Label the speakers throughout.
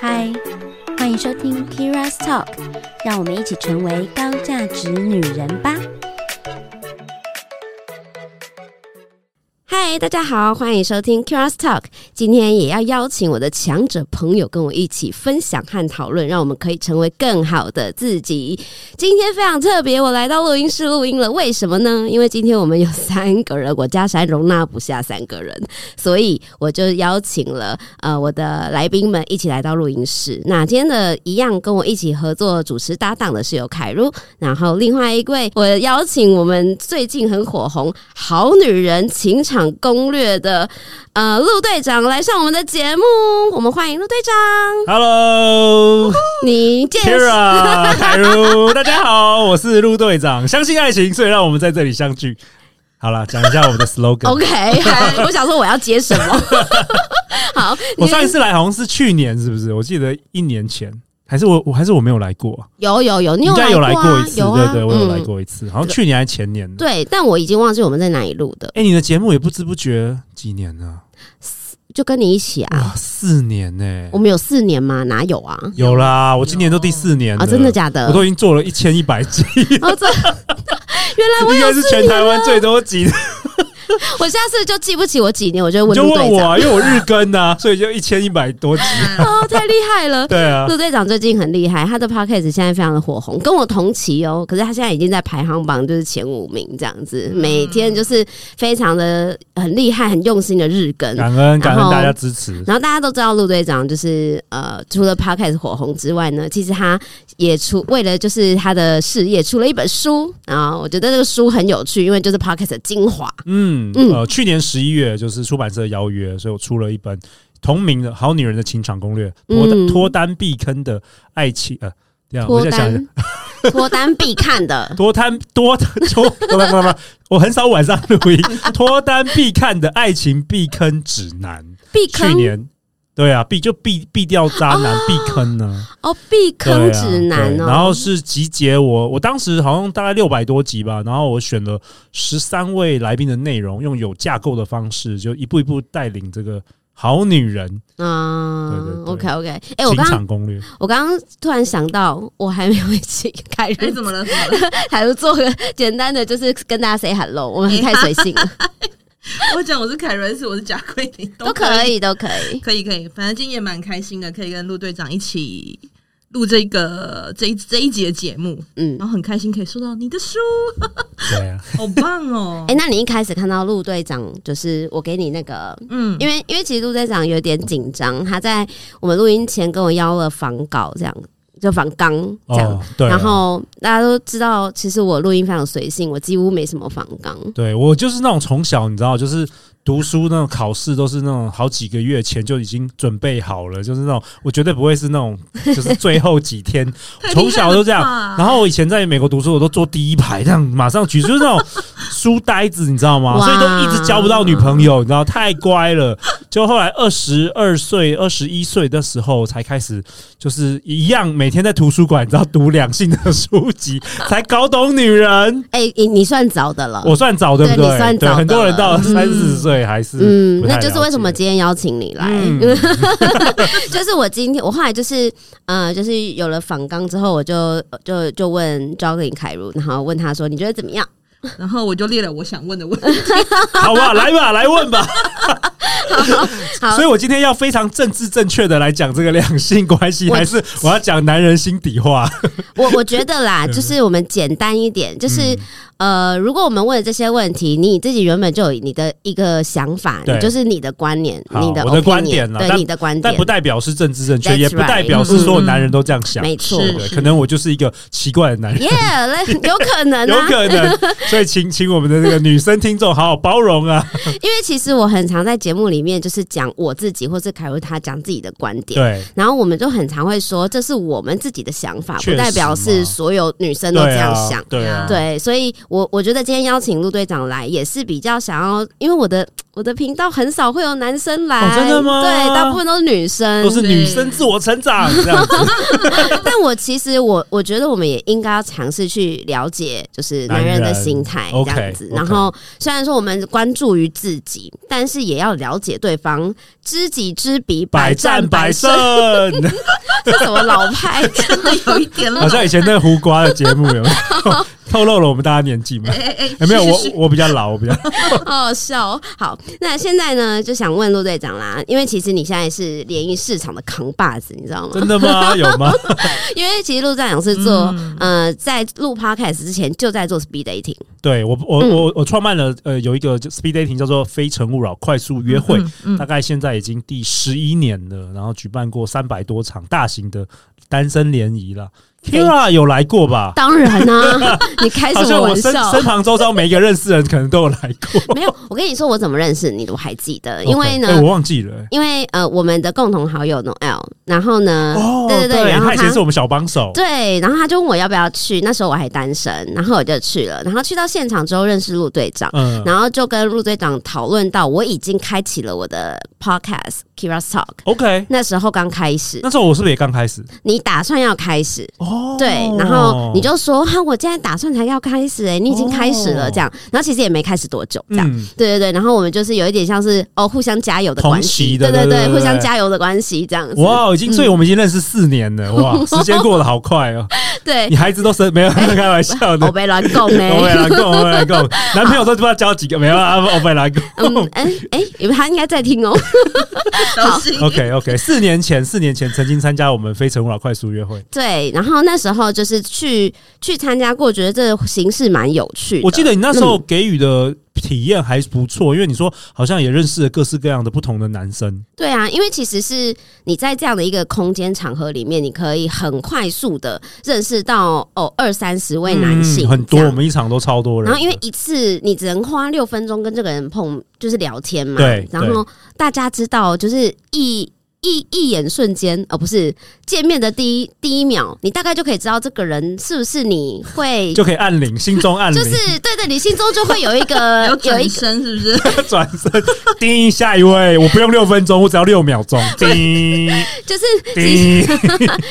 Speaker 1: 嗨，欢迎收听 Kira's Talk，让我们一起成为高价值女人吧。
Speaker 2: 嗨，大家好，欢迎收听 Curious Talk。今天也要邀请我的强者朋友跟我一起分享和讨论，让我们可以成为更好的自己。今天非常特别，我来到录音室录音了。为什么呢？因为今天我们有三个人，我家实在容纳不下三个人，所以我就邀请了呃我的来宾们一起来到录音室。那今天的一样跟我一起合作主持搭档的是有凯如，然后另外一位，我邀请我们最近很火红《好女人情场攻略》的呃陆队长来上我们的节目，我们欢迎陆队长。
Speaker 3: Hello，Kira，
Speaker 2: 你见识
Speaker 3: 海如，大家好，我是陆队长。相信爱情，所以让我们在这里相聚。好了，讲一下 我们的 slogan。
Speaker 2: OK，还我想说我要接什么？好，
Speaker 3: 我上一次来好像是去年，是不是？我记得一年前，还是我，我还是我没有来过啊。
Speaker 2: 有有有，你有
Speaker 3: 应该有来
Speaker 2: 过啊？
Speaker 3: 一次，
Speaker 2: 有啊，
Speaker 3: 对对，我有来
Speaker 2: 嗯。
Speaker 3: 过一次，好像去年还前年呢。
Speaker 2: 对，但我已经忘记我们在哪里录的，
Speaker 3: 哎，你的节目也不知不觉几年了，
Speaker 2: 就跟你一起啊。
Speaker 3: 哇，四年呢
Speaker 2: 我。们有四年吗？哪有啊？
Speaker 3: 有啦，我今年都第四年
Speaker 2: 啊，
Speaker 3: 了，
Speaker 2: 真的假的？
Speaker 3: 我都已经做了一千一百集，
Speaker 2: 哦，这 原哎来我
Speaker 3: 应
Speaker 2: 有
Speaker 3: 该是
Speaker 2: 四
Speaker 3: 全
Speaker 2: 年
Speaker 3: 台湾最多集的
Speaker 2: 我下次就记不起我几年，我就
Speaker 3: 你
Speaker 2: 问
Speaker 3: 就
Speaker 2: 陆
Speaker 3: 问
Speaker 2: 队
Speaker 3: 我、
Speaker 2: 长。
Speaker 3: 啊，因 为我日更呐、所以就一千一百 多集。
Speaker 2: 哦，太厉害了！
Speaker 3: 对啊，
Speaker 2: 陆队长最近很厉害，他的 podcast 现在非常的火红，跟我同期哦。可是他现在已经在排行榜就是前五名这样子，
Speaker 3: 嗯
Speaker 2: 每天就是非常的很厉害、很用心的日更。
Speaker 3: 感恩感
Speaker 2: 然
Speaker 3: 恩
Speaker 2: 后
Speaker 3: 大家支持。
Speaker 2: 然后大家都知道陆队长就是呃，除了 podcast 火红之外呢，其实他也出为了就是他的事业出了一本书啊，我觉得这个书很有趣，因为就是 podcast 的精华。
Speaker 3: 嗯，
Speaker 2: 嗯
Speaker 3: 呃，去年十一月就是出版社邀约，所以我出了一本同名的《好女人的情场攻略》，脱
Speaker 2: 嗯
Speaker 3: 单脱单避坑的爱情呃。这样，我
Speaker 2: 脱
Speaker 3: 在想一下。
Speaker 2: 单，脱单必看的
Speaker 3: 脱单多脱脱单，不不不，我很少晚上录 音。脱单必看的爱情避坑指南，
Speaker 2: 避
Speaker 3: 去
Speaker 2: 坑
Speaker 3: 年对啊，避就避避掉渣男避坑呢、
Speaker 2: 哦，避坑
Speaker 3: 对
Speaker 2: 指南
Speaker 3: 啊
Speaker 2: 哦，
Speaker 3: 对然后是集结我，我当时好像大概六百多集吧，然后我选了十三位来宾的内容，用有架构的方式，就一步一步带领这个好女人对
Speaker 2: 嗯
Speaker 3: 对对
Speaker 2: ，OK OK，哎、我
Speaker 3: 情
Speaker 2: 刚刚
Speaker 3: 场攻略。
Speaker 2: 我刚刚突然想到，我还没有一起开
Speaker 4: 哎，
Speaker 2: 始，
Speaker 4: 怎么了？怎么了？
Speaker 2: 还有做个简单的，就是跟大家 say hello，我们太随性了，
Speaker 4: 我讲我是凯瑞斯，我是贾桂林，
Speaker 2: 都
Speaker 4: 可
Speaker 2: 可，以，都可以。
Speaker 4: 可以可以。反正今天也蛮开心的，可以跟陆队长一起录这个这一这一集的节目，
Speaker 2: 嗯，
Speaker 4: 然后很开心可以收到你 的书，
Speaker 3: 对啊，
Speaker 4: 好棒哦！
Speaker 2: 哎、那你一开始看到陆队长，就是我给你那个。
Speaker 4: 嗯，
Speaker 2: 因为因为其实陆队长有点紧张，他在我们录音前跟我邀了访稿，这样就访纲这样，
Speaker 3: 哦，对啊，
Speaker 2: 然后大家都知道，其实我录音非常随性，我几乎没什么仿纲。
Speaker 3: 对我就是那种从小你知道，就是读书那种考试都是那种好几个月前就已经准备好了，就是那种我绝对不会是那种就是最后几 天，
Speaker 4: 太厉害了
Speaker 3: 从小都这样
Speaker 4: 吧。
Speaker 3: 然后我以前在美国读书，我都坐第一排，这样马上举，就是那种书呆子，你知道吗？
Speaker 2: 哇
Speaker 3: 所以都一直交不到女朋友，你知道，太乖了。就后来二十二岁、二十一岁的时候，才开始就是一样，每天在图书馆，你知道，读两性的书籍，才搞懂女人。
Speaker 2: 哎、你你算早的了，
Speaker 3: 我算早，对不
Speaker 2: 啊对
Speaker 3: 对？
Speaker 2: 你算早
Speaker 3: 对，很多人到
Speaker 2: 的
Speaker 3: 三四十岁还是
Speaker 2: 嗯，
Speaker 3: 不太
Speaker 2: 那就是
Speaker 3: 了
Speaker 2: 为什么
Speaker 3: 解
Speaker 2: 今天邀请你来，
Speaker 3: 嗯
Speaker 2: 就是我今天我后来就是呃，就是有了访纲之后，我就呃就就问 j o g i n 凯如，然后问他说你觉得怎么 样？
Speaker 4: 然后我就列了我想问的 问题，
Speaker 3: 好吧，来吧，来问吧。
Speaker 2: 好
Speaker 3: 所以，我今天要非常政治正确的来讲这个两性关系，
Speaker 2: 我
Speaker 3: 还是我要讲男人心底 话？
Speaker 2: 我我觉得啦，就是我们简单一
Speaker 3: 嗯
Speaker 2: 点，就是、呃，如果我们问了这些问题，你自己原本就有你的一个想法，
Speaker 3: 对
Speaker 2: 你就是你的观念，
Speaker 3: 好
Speaker 2: 你的
Speaker 3: 我的观
Speaker 2: opinion，
Speaker 3: 点啦
Speaker 2: 对
Speaker 3: 但
Speaker 2: 你的观
Speaker 3: 但
Speaker 2: 点
Speaker 3: 不，代表是政治正确
Speaker 2: That's 嗯
Speaker 3: 也不代表是所有男人都这样想。
Speaker 2: 没错。
Speaker 4: 是
Speaker 3: 对，可能我就是一个奇怪的男 人。
Speaker 2: 耶、 有可能
Speaker 3: 有
Speaker 2: 啊，
Speaker 3: 可能， 所以请请我们的这个女生听众好好包容啊！
Speaker 2: 因为其实我很常在节目里面就是讲我自己，或是凯瑞他讲自己的观点。
Speaker 3: 对，
Speaker 2: 然后我们就很常会说，这是我们自己的想法，不
Speaker 3: 确实
Speaker 2: 代表是
Speaker 3: 嘛
Speaker 2: 所有女生都这
Speaker 3: 对
Speaker 2: 样
Speaker 3: 啊
Speaker 2: 想。
Speaker 3: 对啊，
Speaker 2: 对，所以我我觉得今天邀请陆队长来也是比较想要，因为我的我的频道很少会有男生来，
Speaker 3: 哦真的吗
Speaker 2: 对，大部分都是女生，
Speaker 3: 都是女生自我成长 这样子。
Speaker 2: 但我其实我我觉得我们也应该要尝试去了解，就是男人的心态
Speaker 3: 男人
Speaker 2: 这样子。
Speaker 3: OK，OK
Speaker 2: 然后虽然说我们关注于自己，但是也要了解对方，知己知彼，
Speaker 3: 百战
Speaker 2: 战
Speaker 3: 百胜
Speaker 2: 胜。，这什么老派？
Speaker 4: 真的有一点 哎
Speaker 3: 好
Speaker 4: 老。
Speaker 3: 像以前那个胡瓜的节目 有没有透露了我们大家年纪嘛？
Speaker 4: 哎哎
Speaker 3: 有没有，
Speaker 4: 是
Speaker 3: 我
Speaker 4: 是
Speaker 3: 我比较老，我 比较
Speaker 2: 好好笑哦。好，那现在呢，就想问陆队长啦，因为其实你现在是联谊市场的扛把子，你知道吗？
Speaker 3: 真的吗？有吗？
Speaker 2: 因为其实陆队长是做、
Speaker 3: 嗯
Speaker 4: 嗯
Speaker 2: 呃，在录 podcast 之前就在做 speed dating，
Speaker 3: 对我我
Speaker 2: 嗯
Speaker 3: 我我创办了呃有一个就 speed dating 叫做非诚勿扰快速约会，
Speaker 4: 嗯嗯
Speaker 3: 大概现在已经第十一年了，然后举办过三百多场大型的单身联谊了。
Speaker 2: 非
Speaker 3: Kira 有来过吧？
Speaker 2: 当然啦、 你开什
Speaker 3: 好
Speaker 2: 么
Speaker 3: 像我
Speaker 2: 玩
Speaker 3: 身
Speaker 2: 笑？
Speaker 3: 身旁周遭每一个认识的人可能都有来过，
Speaker 2: 没有，我跟你说我怎么认识你的，我还记得， 因为
Speaker 3: OK，
Speaker 2: 呢。
Speaker 3: 哎我忘记了。哎
Speaker 2: 因为呃，我们的共同好友 Noel，然后呢，嗯
Speaker 3: 哦，
Speaker 2: 对对然后
Speaker 3: 他以前是
Speaker 2: 他
Speaker 3: 我们小帮手，
Speaker 2: 对，然后他就问我要不要去，那时候我还单身，然后我就去了，然后去到现场之后认识陆队长，
Speaker 3: 嗯，
Speaker 2: 然后就跟陆队长讨论到我已经开启了我的 podcast Kira's Talk，
Speaker 3: OK，
Speaker 2: 那时候刚开始，
Speaker 3: 那时候我是不是也刚开始？
Speaker 2: 你打算要开始，
Speaker 3: 哦，
Speaker 2: 对，然后你就说哈，我现在打算才要开始、欸，你已经开始了这样，然后其实也没开始多久这样，
Speaker 3: 哦嗯，
Speaker 2: 对对对，然后我们就是有一点像是哦互相加油的关系，
Speaker 3: 同期的
Speaker 2: 对
Speaker 3: 对对对
Speaker 2: 互相加油的关系这样子。
Speaker 3: 哇，已经，
Speaker 2: 嗯
Speaker 3: 所以我们已经认识四年 了，哇，时间过得好快哦！
Speaker 2: 对
Speaker 3: 你，孩子都生没有？
Speaker 2: 哎
Speaker 3: 开玩笑的哦
Speaker 2: 我，被乱欸供
Speaker 3: 欧
Speaker 2: 呢。
Speaker 3: 贝拉贡，欧贝拉贡，男朋友都不知道交几个，没有啊，欧贝拉贡。
Speaker 2: 嗯， 哎、哎、他应该在听哦。
Speaker 4: 小心
Speaker 3: OK OK，四年前，四年前曾经参加我们《非诚勿扰》快速约会，
Speaker 2: 对，然后那时候就是去去参加过，觉得这个形式蛮有趣的。
Speaker 3: 我记得你那时候
Speaker 2: 嗯
Speaker 3: 给予的体验还不错，因为你说好像也认识了各式各样的不同的男生，
Speaker 2: 对啊，因为其实是你在这样的一个空间场合里面，你可以很快速的认识到哦二三十位男性、
Speaker 3: 嗯很
Speaker 2: 这
Speaker 3: 多，我
Speaker 2: 样
Speaker 3: 们一场都超多人的。
Speaker 2: 然后因为一次你只能花六分钟跟这个人碰，就是聊天嘛。
Speaker 3: 对
Speaker 2: 然后大家知道，就是一。一一眼瞬间，哦，不是见面的第一第一秒，你大概就可以知道这个人是不是你会，
Speaker 3: 就可以按铃，心中按铃
Speaker 2: 就，是对对，你心中就会有一个
Speaker 4: 有
Speaker 2: 有一
Speaker 4: 转身是不是？
Speaker 3: 转身叮下一位，我不用六分钟，我只要六秒 钟，叮
Speaker 2: 就是
Speaker 3: 叮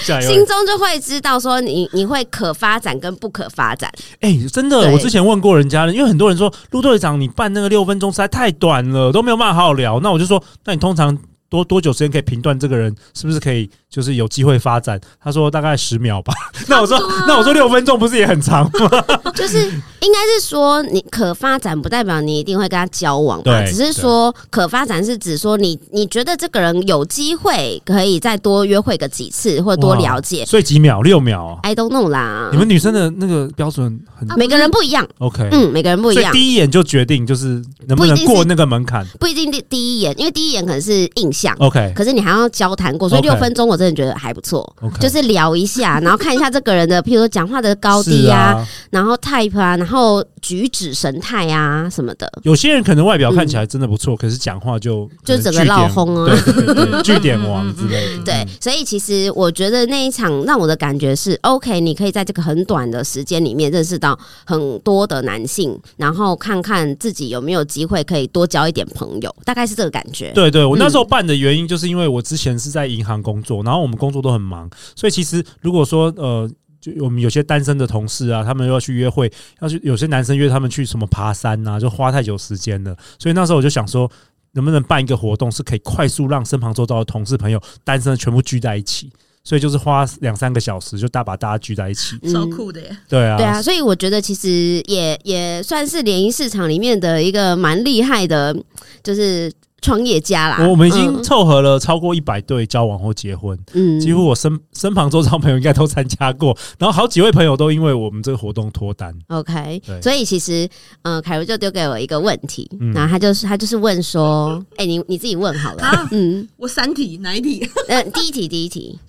Speaker 3: 下一位
Speaker 2: 心。中就会知道说你你会可发展跟不可发展。
Speaker 3: 哎、真的，
Speaker 2: 对
Speaker 3: 我之前问过人家了，因为很多人说陆队长，你办那个六分钟实在太短了，都没有办法好好聊。那我就说，那你通常多多久时间可以评断这个人是不是可以就是有机会发展？他说大概十秒吧。 那我说，
Speaker 2: 啊
Speaker 3: 那我说六分钟不是也很长吗？
Speaker 2: 就是应该是说，你可发展不代表你一定会跟他交往嘛，
Speaker 3: 对
Speaker 2: 只是说可发展是指说你你觉得这个人有机会可以再多约会个几次或多了解
Speaker 3: 所以几秒，六秒、啊。
Speaker 2: ，I don't know 啦啊
Speaker 3: 你。们女生的那个标准很、
Speaker 2: 每个人不一样，
Speaker 3: OK，、
Speaker 2: 嗯，每个人不一
Speaker 3: 所以
Speaker 2: 样，
Speaker 3: 第一眼就决定就是能
Speaker 2: 不一
Speaker 3: 能
Speaker 2: 定是
Speaker 3: 过那个门槛。
Speaker 2: 不一定第第一眼，因为第一眼可能是印象。
Speaker 3: OK
Speaker 2: 可是你还要交谈过，所以
Speaker 3: 哦 OK
Speaker 2: 六分钟我真的觉得还不错
Speaker 3: OK，
Speaker 2: 就是聊一 下，然后看一下这个人的，譬如说讲话的高低啊，
Speaker 3: 是啊
Speaker 2: 然后 type 啊，然后举止神态啊什么的，
Speaker 3: 有些人可能外表看起来真的不错，可是讲话就
Speaker 2: 就整个闹轰啊
Speaker 3: 对对对对据点王之类的。
Speaker 2: 对
Speaker 3: 嗯，
Speaker 2: 所以其实我觉得那一场让我的感觉是，OK，你可以在这个很短的时间里面认识到很多的男性，然后看看自己有没有机会可以多交一点朋友，大概是这个感觉。
Speaker 3: 对对，我
Speaker 2: 嗯
Speaker 3: 那时候办的原因就是因为我之前是在银行工作，然后我们工作都很忙，所以其实如果说呃。就我们有些单身的同事啊，他们要去约会，要去有些男生约他们去什么爬山啊，就花太久时间了。所以那时候我就想说，能不能办一个活动，是可以快速让身旁周遭的同事朋友单身的全部聚在一起。所以就是花两三个小时，就大把大家聚在一起。
Speaker 2: 嗯
Speaker 4: 超酷的耶！
Speaker 3: 对啊，
Speaker 2: 对啊，所以我觉得其实也也算是联谊市场里面的一个蛮厉害的，就是创业家啦。
Speaker 3: 我我们已经
Speaker 2: 嗯
Speaker 3: 凑合了超过一百对交往或结婚，
Speaker 2: 嗯
Speaker 3: 几乎我身身旁周遭朋友应该都参加过，然后好几位朋友都因为我们这个活动脱单。
Speaker 2: OK，
Speaker 3: 对
Speaker 2: 所以其实，呃，凯如就丢给我一个问题，
Speaker 3: 嗯
Speaker 2: 然后他就是他就是问说，哎、你你自己问好了，
Speaker 4: 啊
Speaker 2: 嗯，
Speaker 4: 我三题哪一题
Speaker 2: 呃，第一题，第一题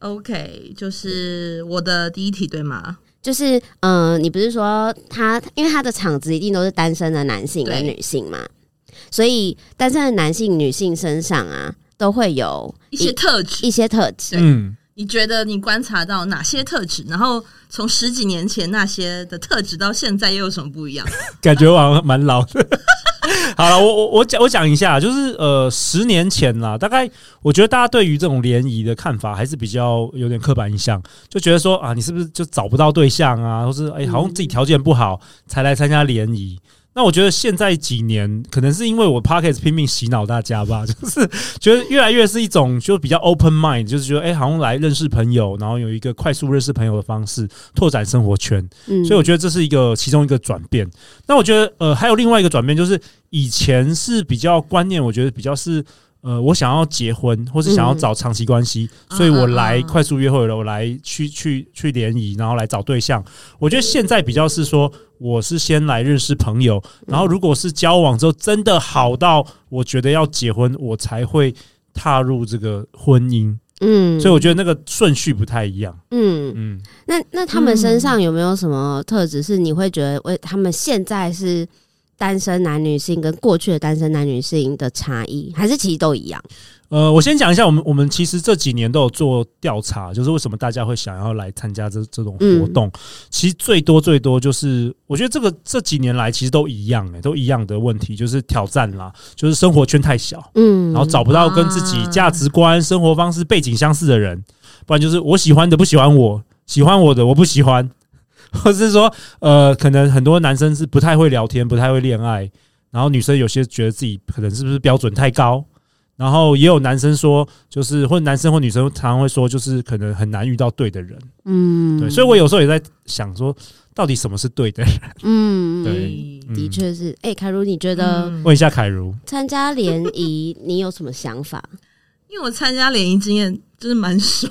Speaker 4: ？OK，就是我的第一题对吗？
Speaker 2: 就是，呃，你不是说他，因为他的场子一定都是单身的男性跟
Speaker 4: 对
Speaker 2: 女性嘛，所以单身的男性、女性身上啊，都会有
Speaker 4: 一些特质，
Speaker 2: 一些特质。
Speaker 3: 嗯，
Speaker 4: 你觉得你观察到哪些特质？然后从十几年前那些的特质到现在又有什么不一样？
Speaker 3: 感觉我好像蛮老的。 好了，我我我讲我讲一下，就是呃，十年前啦，大概我觉得大家对于这种联谊的看法还是比较有点刻板印象，就觉得说啊，你是不是就找不到对象啊，或是哎、好像自己条件不好才来参加联谊。那我觉得现在几年，可能是因为我 p o c k e t 拼命洗脑大家吧， 就是觉得越来越是一种就比较 open mind，就是觉得哎、好像来认识朋友，然后有一个快速认识朋友的方式，拓展生活圈。
Speaker 2: 嗯
Speaker 3: 所以我觉得这是一个其中一个转变。那我觉得呃，还有另外一个转变，就是以前是比较观念，我觉得比较是呃，我想要结婚或是想要
Speaker 2: 嗯
Speaker 3: 找长期关系，
Speaker 4: 啊
Speaker 3: 所以我
Speaker 4: 啊
Speaker 3: 来
Speaker 4: 啊
Speaker 3: 快速约会了，我来去去去联谊，然后来找对象。我觉得现在比较是说，我是先来认识朋友，
Speaker 2: 嗯
Speaker 3: 然后如果是交往之后真的好到我觉得要结婚，我才会踏入这个婚姻。
Speaker 2: 嗯
Speaker 3: 所以我觉得那个顺序不太一样。
Speaker 2: 嗯，
Speaker 3: 嗯，
Speaker 2: 那那他们身上有没有什么特质是你会觉得为他们现在是单身男女性跟过去的单身男女性的差异，还是其实都一样？
Speaker 3: 呃，我先讲一下，我们我们其实这几年都有做调查，就是为什么大家会想要来参加这这种活动。其实最多最多就是，我觉得这个这几年来其实都一样、欸，都一样的问题，就是挑战啦，就是生活圈太小，
Speaker 2: 嗯，
Speaker 3: 然后找不到跟自己价值观、生活方式、背景相似的人，不然就是我喜欢的不喜欢我，喜欢我的我不喜欢， 或是说呃，可能很多男生是不太会聊天、不太会恋爱，然后女生有些觉得自己可能是不是标准太高。然后也有男生说，就是或男生或女生常常会说，就是可能很难遇到对的人，
Speaker 2: 嗯，
Speaker 3: 对，所以我有时候也在想说，到底什么是对的人？
Speaker 2: 嗯，
Speaker 3: 对
Speaker 4: 嗯
Speaker 2: 的
Speaker 3: 嗯，
Speaker 2: 确是。哎、凯如，你觉得
Speaker 3: 问一下凯如，
Speaker 2: 参加联谊你有什么想法？
Speaker 4: 因为我参加联谊经验真的蛮少，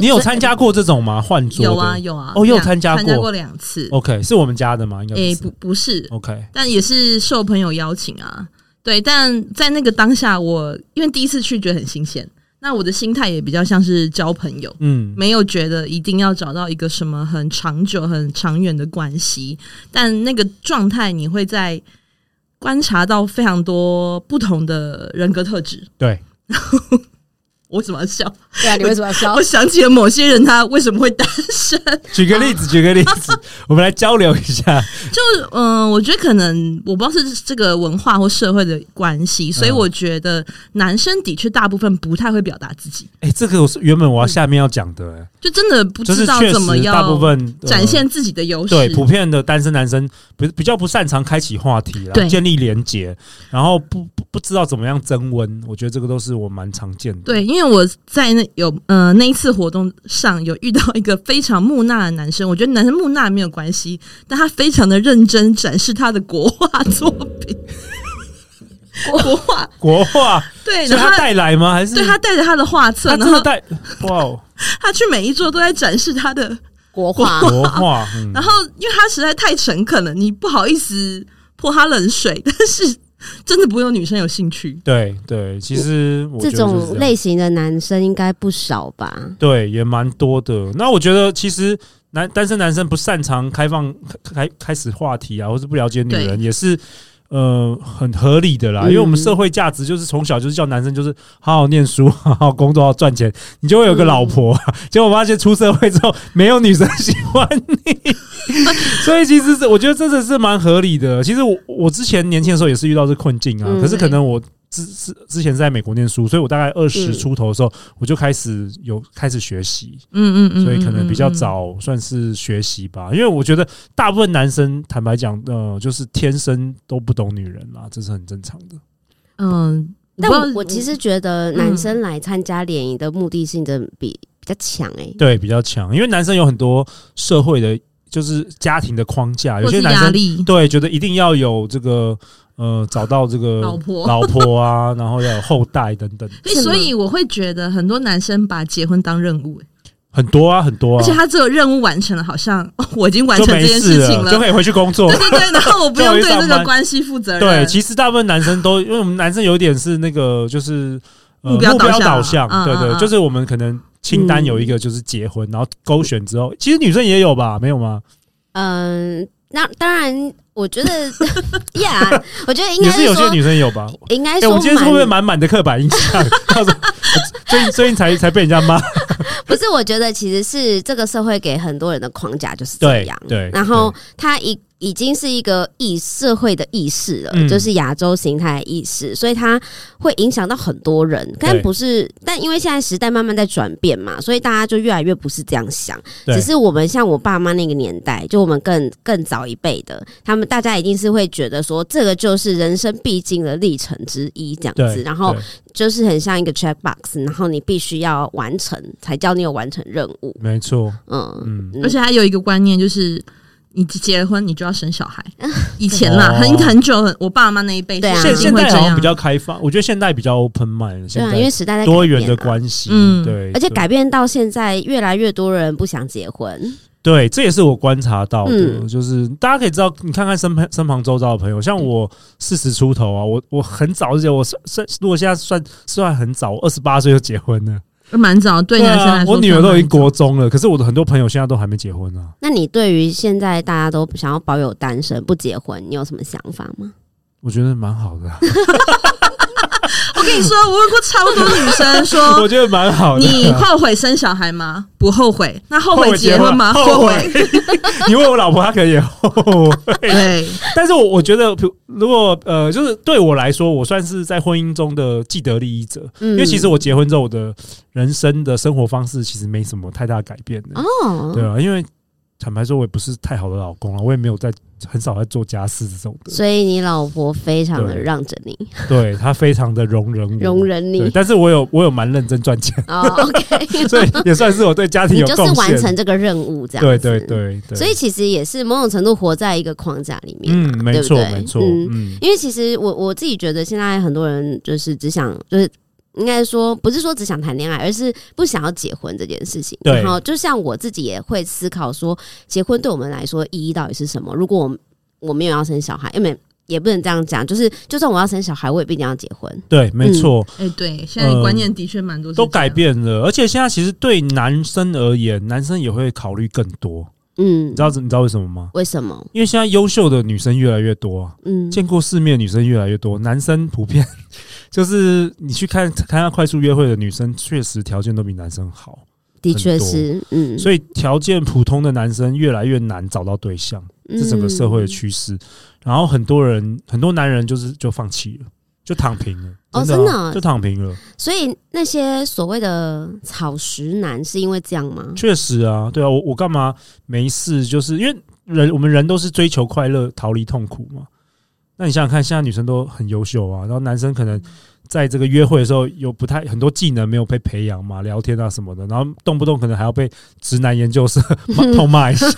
Speaker 3: 你有参加过这种吗？换桌的
Speaker 4: 有啊有啊，
Speaker 3: 哦又
Speaker 4: 两
Speaker 3: 参加过哦
Speaker 4: 参加过两次，
Speaker 3: ，OK，是我们家的吗？应该不
Speaker 4: 诶
Speaker 3: 是
Speaker 4: 不不是，
Speaker 3: ，OK，
Speaker 4: 但也是受朋友邀请啊。对，但在那个当下我，因为第一次去觉得很新鲜，那我的心态也比较像是交朋友，
Speaker 3: 嗯，
Speaker 4: 没有觉得一定要找到一个什么很长久、很长远的关系。但那个状态，你会在观察到非常多不同的人格特质。
Speaker 3: 对。
Speaker 4: 我怎么要 笑？
Speaker 2: 对啊，你为什么要笑
Speaker 4: 我想起了某些人，他为什么会单身？
Speaker 3: 举个例子，举个例子，我们来交流一下。
Speaker 4: 就嗯、呃我觉得可能我不知道是这个文化或社会的关系，所以我觉得男生的确大部分不太会表达自己，
Speaker 3: 哎、这个我是原本我要下面要讲的、哎
Speaker 4: 就真的不
Speaker 3: 就
Speaker 4: 知
Speaker 3: 是
Speaker 4: 道
Speaker 3: 确
Speaker 4: 怎么
Speaker 3: 实大部
Speaker 4: 要
Speaker 3: 分、呃
Speaker 4: 展现自己的优势。
Speaker 3: 对普遍的单身男生不比较不擅长开启话题啦，
Speaker 4: 对
Speaker 3: 建立连结，然后不不不知道怎么样增温，我觉得这个都是我蛮常见的。
Speaker 4: 对，因为我在那有呃那一次活动上有遇到一个非常木讷的男生，我觉得男生木讷没有关系，但他非常的认真展示他的国画作品，国画
Speaker 3: 国画，
Speaker 4: 对，
Speaker 3: 所以
Speaker 4: 然后
Speaker 3: 他带来吗？还是
Speaker 4: 对他带着他的画册，
Speaker 3: 他
Speaker 4: 然
Speaker 3: 真
Speaker 4: 后
Speaker 3: 的带？哇哦，
Speaker 4: 他去每一桌都在展示他的
Speaker 2: 国画？
Speaker 3: 国画，嗯
Speaker 4: 然，后因为他实在太诚恳了，你不好意思泼他冷水，但是真的不会有女生有兴趣。
Speaker 3: 对对，其实我
Speaker 2: 这
Speaker 3: 觉得就是
Speaker 2: 种
Speaker 3: 样
Speaker 2: 类型的男生应该不少吧？
Speaker 3: 对，也蛮多的。那我觉得其实男单身男生不擅长开放开开开始话题啊，或是不了解女人，也是呃很合理的啦。
Speaker 2: 嗯
Speaker 3: 因为我们社会价值就是从小就是叫男生就是好好念书， 好好工作，好好赚钱，你就会有个老婆。
Speaker 2: 嗯
Speaker 3: 结果发现出社会之后，没有女生喜欢你， 所以其实是我觉得真的是蛮合理的。其实我我之前年轻的时候也是遇到这困境啊，
Speaker 2: 嗯
Speaker 3: 可是可能我。之之之前是在美国念书，所以我大概二十
Speaker 2: 嗯
Speaker 3: 出头的时候，我就开始有开始学习，
Speaker 4: 嗯嗯
Speaker 3: 所以可能比较。早算是学习吧。因为我觉得大部分男生，坦白讲，呃，就是天生都不懂女人啊啦，这是很正常的。
Speaker 4: 嗯，
Speaker 2: 但
Speaker 4: 不知
Speaker 2: 我
Speaker 4: 道
Speaker 2: 我其实觉得男生来参加联谊的目的性真的比比较强哎、
Speaker 3: 对，比较强，因为男生有很多社会的，就是家庭的框架，有
Speaker 4: 或
Speaker 3: 些
Speaker 4: 是
Speaker 3: 男
Speaker 4: 压
Speaker 3: 生
Speaker 4: 力，
Speaker 3: 对觉得一定要有这个呃，找到这个
Speaker 4: 老婆
Speaker 3: 老婆啊， 然后要有后代等等，
Speaker 4: 所以所以我会觉得很多男生把结婚当任务、欸
Speaker 3: 很多啊，很多
Speaker 4: 而
Speaker 3: 啊
Speaker 4: 且，他只有任务完成了，好像、哦我已经完
Speaker 3: 就
Speaker 4: 成
Speaker 3: 没
Speaker 4: 这件
Speaker 3: 事
Speaker 4: 事情
Speaker 3: 就可以回去工作
Speaker 4: 对。对对，然后我不用
Speaker 3: 就回去
Speaker 4: 对这
Speaker 3: 上
Speaker 4: 个
Speaker 3: 班
Speaker 4: 关系负责任。
Speaker 3: 对，其实大部分男生都，因 为我们男生有一点是那个就是、呃、
Speaker 4: 目标导向
Speaker 3: 导向，
Speaker 2: 啊
Speaker 4: 嗯
Speaker 3: 对
Speaker 4: 嗯
Speaker 3: 对，
Speaker 4: 嗯
Speaker 3: 就是我们可能清单有一个就是结婚，然后勾选之后，其实女生也有吧，没有吗？
Speaker 2: 嗯，那当然，我觉得 呀 我觉得应
Speaker 3: 也
Speaker 2: 该
Speaker 3: 是有些
Speaker 2: 说，
Speaker 3: 女生有吧。
Speaker 2: 应该
Speaker 3: 哎、
Speaker 2: 说
Speaker 3: 我
Speaker 2: 蛮、
Speaker 3: 们今天是会不会满满的刻板 印象？他说最近最近才才被人家骂，
Speaker 2: 不是，我觉得其实是这个社会给很多人的框架就是这
Speaker 3: 对
Speaker 2: 样。
Speaker 3: 对
Speaker 2: 然后他一已经是一个意社会的意识了，
Speaker 3: 嗯
Speaker 2: 就是亚洲形态的意识，所以它会影响到很多人。但不是，但因为现在时代慢慢在转变嘛，所以大家就越来越不是这样想。
Speaker 3: 对
Speaker 2: 只是我们像我爸妈那个年代，就我们更更早一辈的，他们大家一定是会觉得说，这个就是人生必经的历程之一这样子
Speaker 3: 对，，
Speaker 2: 然后
Speaker 3: 对
Speaker 2: 就是很像一个 checkbox，然后你必须要完成，才叫你有完成任务。
Speaker 3: 没错，
Speaker 2: 嗯，
Speaker 3: 嗯，
Speaker 4: 而且还有一个观念就是。你结了婚，你就要生小 孩。以前啦，
Speaker 3: 哦
Speaker 4: 很很久，很我爸妈那一辈
Speaker 2: 对啊
Speaker 3: 现
Speaker 4: 是一定
Speaker 3: 现
Speaker 4: 会
Speaker 3: 在
Speaker 4: 这
Speaker 3: 好
Speaker 4: 样
Speaker 3: 像比。较开放，我觉得现在比较 open mind，
Speaker 2: 对
Speaker 3: 现
Speaker 2: 啊，因为
Speaker 3: 在
Speaker 2: 时代在
Speaker 3: 多
Speaker 2: 改变
Speaker 3: 元的
Speaker 2: 啊
Speaker 3: 关系，
Speaker 4: 嗯
Speaker 3: 对，
Speaker 2: 而且
Speaker 3: 对
Speaker 2: 改变到现在，越来越多人不想结婚。
Speaker 3: 对，这也是我观察到的，
Speaker 2: 嗯
Speaker 3: 就是大家可以知道，你看看身旁身旁周遭的朋友，
Speaker 4: 嗯
Speaker 3: 像我四十出头啊，我我很早就结，我算算如果现在算算很早，二十八岁就结婚了，
Speaker 4: 蛮早，对男生来
Speaker 3: 啊，
Speaker 4: 说，
Speaker 3: 我女儿都已经国中了，可是我的很多朋友现在都还没结婚啊，
Speaker 2: 那你对于现在大家都想要保有单身不结婚，你有什么想法吗？
Speaker 3: 我觉得蛮好的啊，
Speaker 4: 我跟你说，我问过超多女生 说
Speaker 3: 我，觉得蛮好的啊。
Speaker 4: 你后悔生小孩吗？不后悔。那后悔结婚吗？
Speaker 3: 后
Speaker 4: 后
Speaker 3: 悔
Speaker 4: 悔。
Speaker 3: 结婚。你问我老婆，她可能也后悔。
Speaker 4: 对，
Speaker 3: 但是我我觉得，比如如果呃，就是对我来说，我算是在婚姻中的既得利益者，
Speaker 2: 嗯
Speaker 3: 因为其实我结婚之后，我的人生的生活方式其实没什么太大改变的。
Speaker 2: 哦，
Speaker 3: 对啊，因为坦白说，我也不是太好的老公啊，我也没有在很少在做家事这种的。
Speaker 2: 所以你老婆非常的
Speaker 3: 对
Speaker 2: 让着你，
Speaker 3: 对他非常的容忍我，
Speaker 2: 容忍
Speaker 3: 对，
Speaker 2: 你。
Speaker 3: 但是我有我有蛮认真 赚钱，
Speaker 2: 哦，OK，
Speaker 3: 所以也算是我对家庭
Speaker 2: 你
Speaker 3: 有
Speaker 2: 就
Speaker 3: 贡
Speaker 2: 是完成
Speaker 3: 献。
Speaker 2: 这个任务，这样
Speaker 3: 对
Speaker 2: 子
Speaker 3: 对。对对，
Speaker 2: 所以其实也是某种程度活在一个框架里面啊，
Speaker 3: 嗯，没
Speaker 2: 对不
Speaker 3: 错
Speaker 2: 对
Speaker 3: 没错，
Speaker 2: 嗯
Speaker 3: 嗯
Speaker 2: 因为其实我我自己觉得，现在很多人就是只想，就是应该说不是说只想谈恋爱，而是不想要结婚这件事情。
Speaker 3: 对
Speaker 2: 然后就像我自己也会思考说，结婚对我们来说意义到底是什么？如果我我没有要生小孩，因为也不能这样讲，就是就算我要生小孩，我也不一定要结婚。
Speaker 3: 对，没
Speaker 2: 嗯
Speaker 3: 错。
Speaker 4: 哎，对，现在观念的确蛮多是这
Speaker 3: 都
Speaker 4: 样，
Speaker 3: 改变了，而且现在其实对男生而言，男生也会考虑更多。
Speaker 2: 嗯
Speaker 3: 你知，道你知道为什么吗？
Speaker 2: 为什么？
Speaker 3: 因为现在优秀的女生越来越多啊，
Speaker 2: 嗯，
Speaker 3: 见过世面的女生越来越多，男生普遍就是你去看看看快速约会的女生，确实条件都比男生好，
Speaker 2: 的确
Speaker 3: 很多
Speaker 2: 是，嗯，
Speaker 3: 所以条件普通的男生越来越难找到对象，
Speaker 2: 以
Speaker 3: 这整个社会的趋势。然后很多人很多男人就是就放弃了，就躺平了，
Speaker 2: 哦
Speaker 3: 啊
Speaker 2: 真的啊
Speaker 3: 就躺平了。
Speaker 2: 所以那些所谓的草食男是因为这样
Speaker 4: 嗯
Speaker 2: 吗？
Speaker 3: 确实啊，对啊，我我干嘛没事？就是因为人，我们人都是追求快乐，逃离痛苦嘛。那你想想看，现在女生都很优秀啊，然后男生可能在这个约会的时候有不太很多技能没有被培养嘛，聊天啊什么的，然后动不动可能还要被直男研 究社骂痛骂一下，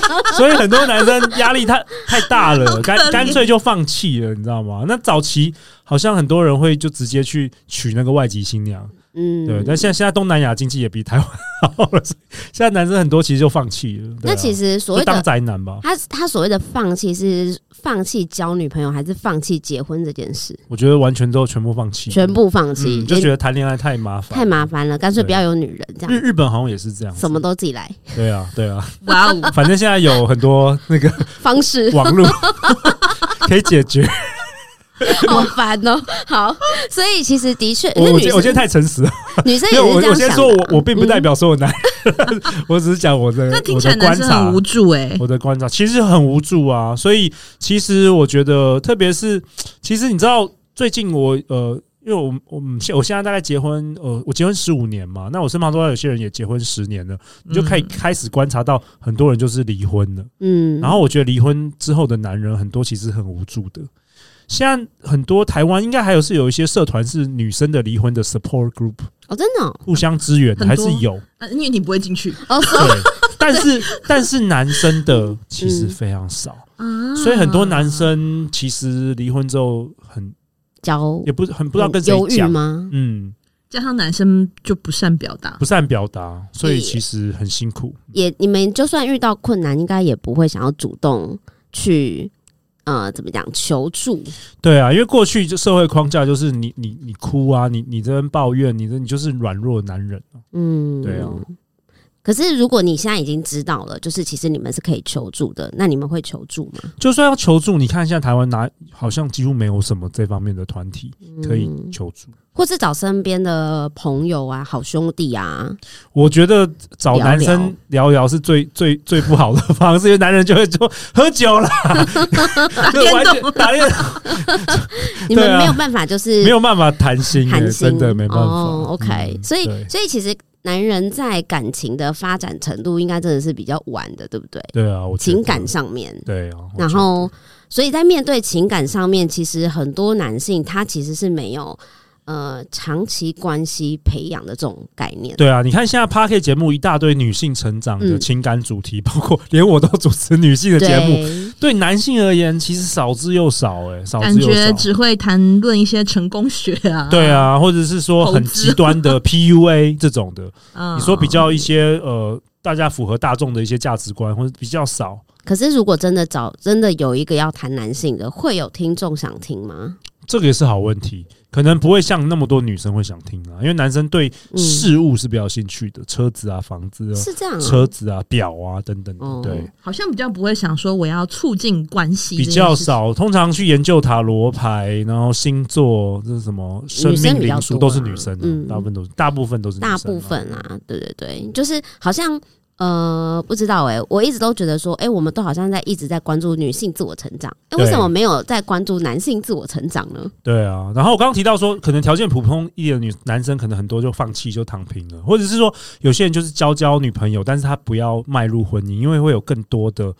Speaker 3: 所以很多男生压力太太大 了，干
Speaker 4: 可怜
Speaker 3: 干脆就放弃了，你知道吗？那早期好像很多人会就直接去娶那个外籍新娘，
Speaker 2: 嗯，
Speaker 3: 对，但现在现在东南亚经济也比台湾 好了，所以现在男生很多其实就放弃了。对
Speaker 2: 那
Speaker 3: 啊
Speaker 2: 其实所
Speaker 3: 就
Speaker 2: 谓的
Speaker 3: 当宅男吧，
Speaker 2: 他他所谓的放弃是放弃交女朋友，还是放弃结婚这件事？
Speaker 3: 我觉得完全都全部放弃，
Speaker 2: 全部放弃，
Speaker 3: 嗯嗯，就觉
Speaker 2: 也
Speaker 3: 得谈恋爱太麻烦，
Speaker 2: 太麻。烦了，干脆不要有女人这
Speaker 3: 日
Speaker 2: 样，
Speaker 3: 日本好像也是这样，
Speaker 2: 什么？都自己来
Speaker 3: 对啊，对啊，
Speaker 4: 哇哦！
Speaker 3: 反正现在有很多那个
Speaker 2: 方式，
Speaker 3: 网 络可以解决。
Speaker 2: 好烦哦。好，所以其实的确，
Speaker 3: 我我
Speaker 2: 哎女
Speaker 3: 觉得我觉
Speaker 2: 生
Speaker 3: 得太诚实了，
Speaker 2: 女生
Speaker 3: 因为
Speaker 2: 也是
Speaker 3: 我
Speaker 2: 这
Speaker 3: 我
Speaker 2: 样
Speaker 3: 先
Speaker 2: 想
Speaker 3: 说我
Speaker 2: 的。嗯
Speaker 3: 我并不代表所有男人， 我只是讲我的
Speaker 4: 那听
Speaker 3: 我
Speaker 4: 起来
Speaker 3: 的
Speaker 4: 男
Speaker 3: 观
Speaker 4: 生
Speaker 3: 察
Speaker 4: 很无。助哎。
Speaker 3: 我的观察其实很无助啊，所以其实我觉得，特别是其实你知道，最近我呃，因为我我们现我现在大概结婚呃，我结婚十五年嘛，那我身旁都有些人也结婚十年了，你就可以
Speaker 4: 嗯
Speaker 3: 开始观察到很多人就是离婚了。
Speaker 2: 嗯
Speaker 3: 然后我觉得离婚之后的男人很多其实很无助的。现在很多台湾应该还有是有一些社团是女生的离婚的 support group，
Speaker 2: 哦，真的哦
Speaker 3: 互相支援的
Speaker 4: 很
Speaker 3: 还
Speaker 4: 多
Speaker 3: 是有。
Speaker 4: 啊因为你不会进去
Speaker 2: 哦，
Speaker 3: 对， 但是但是男生的其实
Speaker 2: 嗯
Speaker 3: 非常少。
Speaker 4: 啊
Speaker 3: 所以很多男生其实离婚之后很
Speaker 2: 交
Speaker 3: 也不很不知道跟谁
Speaker 2: 犹豫
Speaker 3: 讲，
Speaker 2: 吗？
Speaker 3: 嗯，
Speaker 4: 加上男生就不善表达
Speaker 3: 不，善表达，所以
Speaker 2: 也
Speaker 3: 其实很辛苦。
Speaker 2: 也你们就算遇到困难，应该也不会想要主动去呃怎么讲求助，
Speaker 3: 对啊，因为过去就社会框架就是你你你哭啊，你你这边抱怨，你这你就是软弱的男人。
Speaker 2: 嗯，
Speaker 3: 对啊
Speaker 2: 可是如果你现在已经知道了，就是其实你们是可以求助的，那你们会求助吗？
Speaker 3: 就算要求助，你看现在台湾哪好像几乎没有什么这方面的团体可以
Speaker 2: 嗯
Speaker 3: 求助。
Speaker 2: 或是找身边的朋友啊、好兄弟啊，
Speaker 3: 我觉得找男生聊聊是最最最不好的方式，因为男人就会说喝 酒啦， 打
Speaker 4: 电动
Speaker 3: 打电
Speaker 2: 你
Speaker 3: 对
Speaker 2: 们
Speaker 3: 啊
Speaker 2: 没有办法，就是
Speaker 3: 没有办法谈心欸，
Speaker 2: 寒心，
Speaker 3: 真的没办法。
Speaker 2: 哦、OK，、
Speaker 3: 嗯
Speaker 2: 所以
Speaker 3: 对
Speaker 2: 所以其实男人在感情的发展程度，应该真的是比较晚的，对不对？
Speaker 3: 对啊，我觉得
Speaker 2: 情感上面，
Speaker 3: 对啊，我
Speaker 2: 然
Speaker 3: 觉得
Speaker 2: 后所以在面对情感上面，其实很多男性他其实是没有呃长期关系培养的这种概念。
Speaker 3: 对啊，你看现在 p a r k 节目一大堆女性成长的
Speaker 2: 嗯
Speaker 3: 情感主题， 包括连我都主持女性的节目，
Speaker 2: 对
Speaker 3: 对男性而言其实少之又少、欸，哎，少
Speaker 4: 感
Speaker 3: 之又
Speaker 4: 觉
Speaker 3: 少。
Speaker 4: 只会谈论一些成功学啊。
Speaker 3: 对，啊，或者是说很
Speaker 4: 投资
Speaker 3: 极端 的 PUA 这种的，
Speaker 4: 嗯
Speaker 2: 啊
Speaker 3: 你说比较一些呃，大家符合大众的一些价值观，或者比较少，
Speaker 2: 可是如果真的找真的有一个要谈男性的，会有听众想听吗？
Speaker 3: 这个也是好问题。可能不会像那么多女生会想听啊，因为男生对
Speaker 2: 嗯，
Speaker 3: 事物是比较兴趣的，车子啊、房子啊、
Speaker 2: 是这样、啊，
Speaker 3: 车子啊、表啊等等的
Speaker 2: 哦，
Speaker 3: 对，
Speaker 4: 好像比较不会想说我要促进关系，
Speaker 3: 比较。
Speaker 4: 嗯
Speaker 3: 少。通常去研究塔罗牌，然后星座，这是什么生命灵数都是女生
Speaker 2: 女生比较多啊嗯
Speaker 3: 啊，大部分都是大部分都是女生
Speaker 2: 大
Speaker 3: 啊
Speaker 2: 部分啊，对对对，就是好像呃，不知道哎、我一直都觉得说，哎、我们都好像在一直在关注女性自我成长，哎、为
Speaker 3: 对
Speaker 2: 什么没有在关注男性自我成长呢？
Speaker 3: 对啊，然后我刚刚提到说，可能条件普通一点的女男生，可能很多就放弃就躺平了，或者是说有些人就是交交女朋友，但是他不要迈入婚姻，因为会有更多的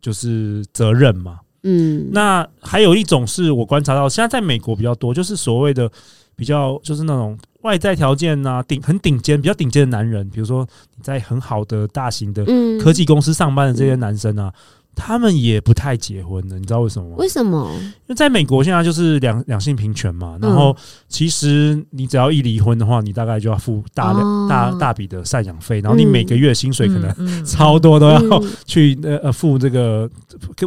Speaker 3: 就是责任嘛。
Speaker 2: 嗯，
Speaker 3: 那还有一种是我观察到，现在在美国比较多，就是所谓的比较就是那种外在条件呐、顶很顶尖、比较顶尖的男人，比如说你在很好的大型的
Speaker 2: 嗯
Speaker 3: 科技公司上班的这些男生啊，他们也不太结婚的，你知道为什么吗？
Speaker 2: 为什 么？嗯
Speaker 3: 因为在美国现在就是两两性平权嘛，然后其实你只要一离婚的话，你大概就要付大量、
Speaker 2: 哦
Speaker 3: 大大笔的赡养费，然后你
Speaker 2: 嗯
Speaker 3: 每个月薪水可能
Speaker 4: 嗯
Speaker 3: 超多都要
Speaker 2: 嗯
Speaker 3: 去呃呃付这个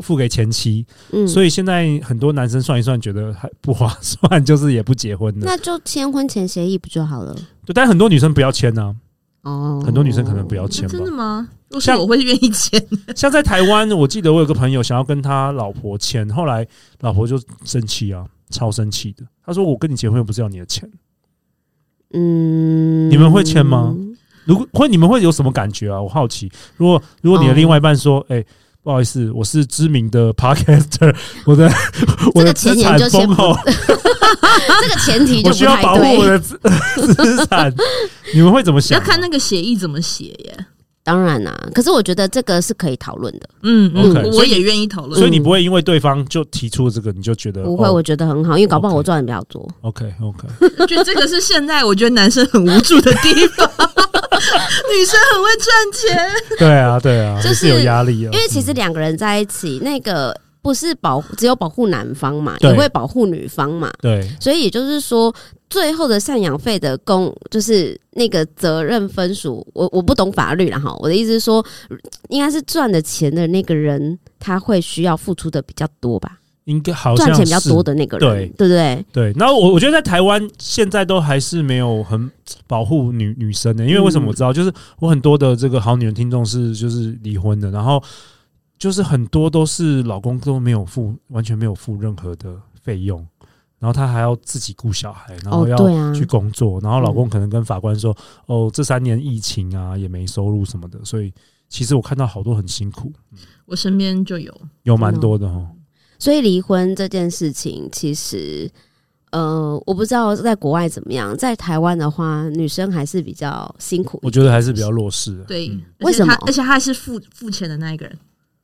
Speaker 3: 付给前妻，
Speaker 2: 嗯
Speaker 3: 所以现在很多男生算一算觉得还不划算，就是也不结婚了。
Speaker 2: 那就签婚前协议不就好了？
Speaker 3: 对，但很多女生不要签啊，
Speaker 2: 哦，
Speaker 3: 很多女生可能不要签
Speaker 4: 那
Speaker 3: 吧
Speaker 4: 真。的吗？如果是
Speaker 3: 像
Speaker 4: 我会愿意签，
Speaker 3: 像在台湾，我记得我有个朋友想要跟他老婆签，后来老婆就生气啊，超生气的。他说：“我跟你结婚又不是要你的钱。”
Speaker 2: 嗯，
Speaker 3: 你们会签吗？如果会，你们会有什么感觉啊？我好奇，如果如果你的
Speaker 2: 哦
Speaker 3: 另外一半说，哎、不好意思，我是知名的 podcaster，我 的我的资
Speaker 2: 前言
Speaker 3: 产
Speaker 2: 就先
Speaker 3: 丰厚，
Speaker 2: 这个前提就
Speaker 3: 我
Speaker 2: 不
Speaker 3: 需要
Speaker 2: 太
Speaker 3: 保护我
Speaker 2: 对。
Speaker 3: 的资 资产。你们会怎么想
Speaker 4: 要
Speaker 3: 啊？
Speaker 4: 看那个协议怎么写耶。
Speaker 2: 当然啦、可是我觉得这个是可以讨论的，
Speaker 4: 嗯
Speaker 3: OK
Speaker 4: 嗯，我也愿意讨论。
Speaker 3: 所以你不会因为对方就提出这个，你就觉得
Speaker 2: 嗯不会，我觉得很好，因为搞不好我
Speaker 3: 哦 OK
Speaker 2: 赚的比较多。
Speaker 3: OK OK，
Speaker 4: 我觉得这个是现在我觉得男生很无助的地 方，女生很会赚钱。
Speaker 3: 对啊对 啊，
Speaker 2: 就是
Speaker 3: 也是有压力啊，
Speaker 2: 因为其实两个人在一起，那个不是保只有保护男方嘛，也
Speaker 3: 对
Speaker 2: 会保护女方嘛，
Speaker 3: 对
Speaker 2: 所以也就是说，最后的赡养费的公就是那个责任分属，我我不懂法律啦哈，我的意思是说，应该是赚的钱的那个人，他会需要付出的比较多吧，
Speaker 3: 应该好像
Speaker 2: 赚钱比较
Speaker 3: 是
Speaker 2: 多的那个人，对
Speaker 3: 对
Speaker 2: 不对？
Speaker 3: 对，然后我我觉得在台湾现在都还是没有很保护女女生的、因为为什
Speaker 2: 嗯
Speaker 3: 么我知道，就是我很多的这个好女人听众是就是离婚的，然后就是很多都是老公都没有付，完全没有付任何的费用，然后她还要自己顾小孩，然后
Speaker 2: 哦
Speaker 3: 要
Speaker 2: 对啊
Speaker 4: 嗯
Speaker 3: 去工作，然后老公可能跟法官说，哦，这三年疫情啊也没收入什么的，所以其实我看到好多很辛苦，
Speaker 4: 我身边就有，
Speaker 3: 有蛮多
Speaker 4: 嗯
Speaker 3: 的哦。
Speaker 2: 所以离婚这件事情，其实。呃，我不知道在国外怎么样，在台湾的话，女生还是比较辛苦一点。
Speaker 3: 我觉得还是比较弱势的，
Speaker 4: 对，而且
Speaker 2: 为什么
Speaker 4: 他而且他还是付付钱的那一个人，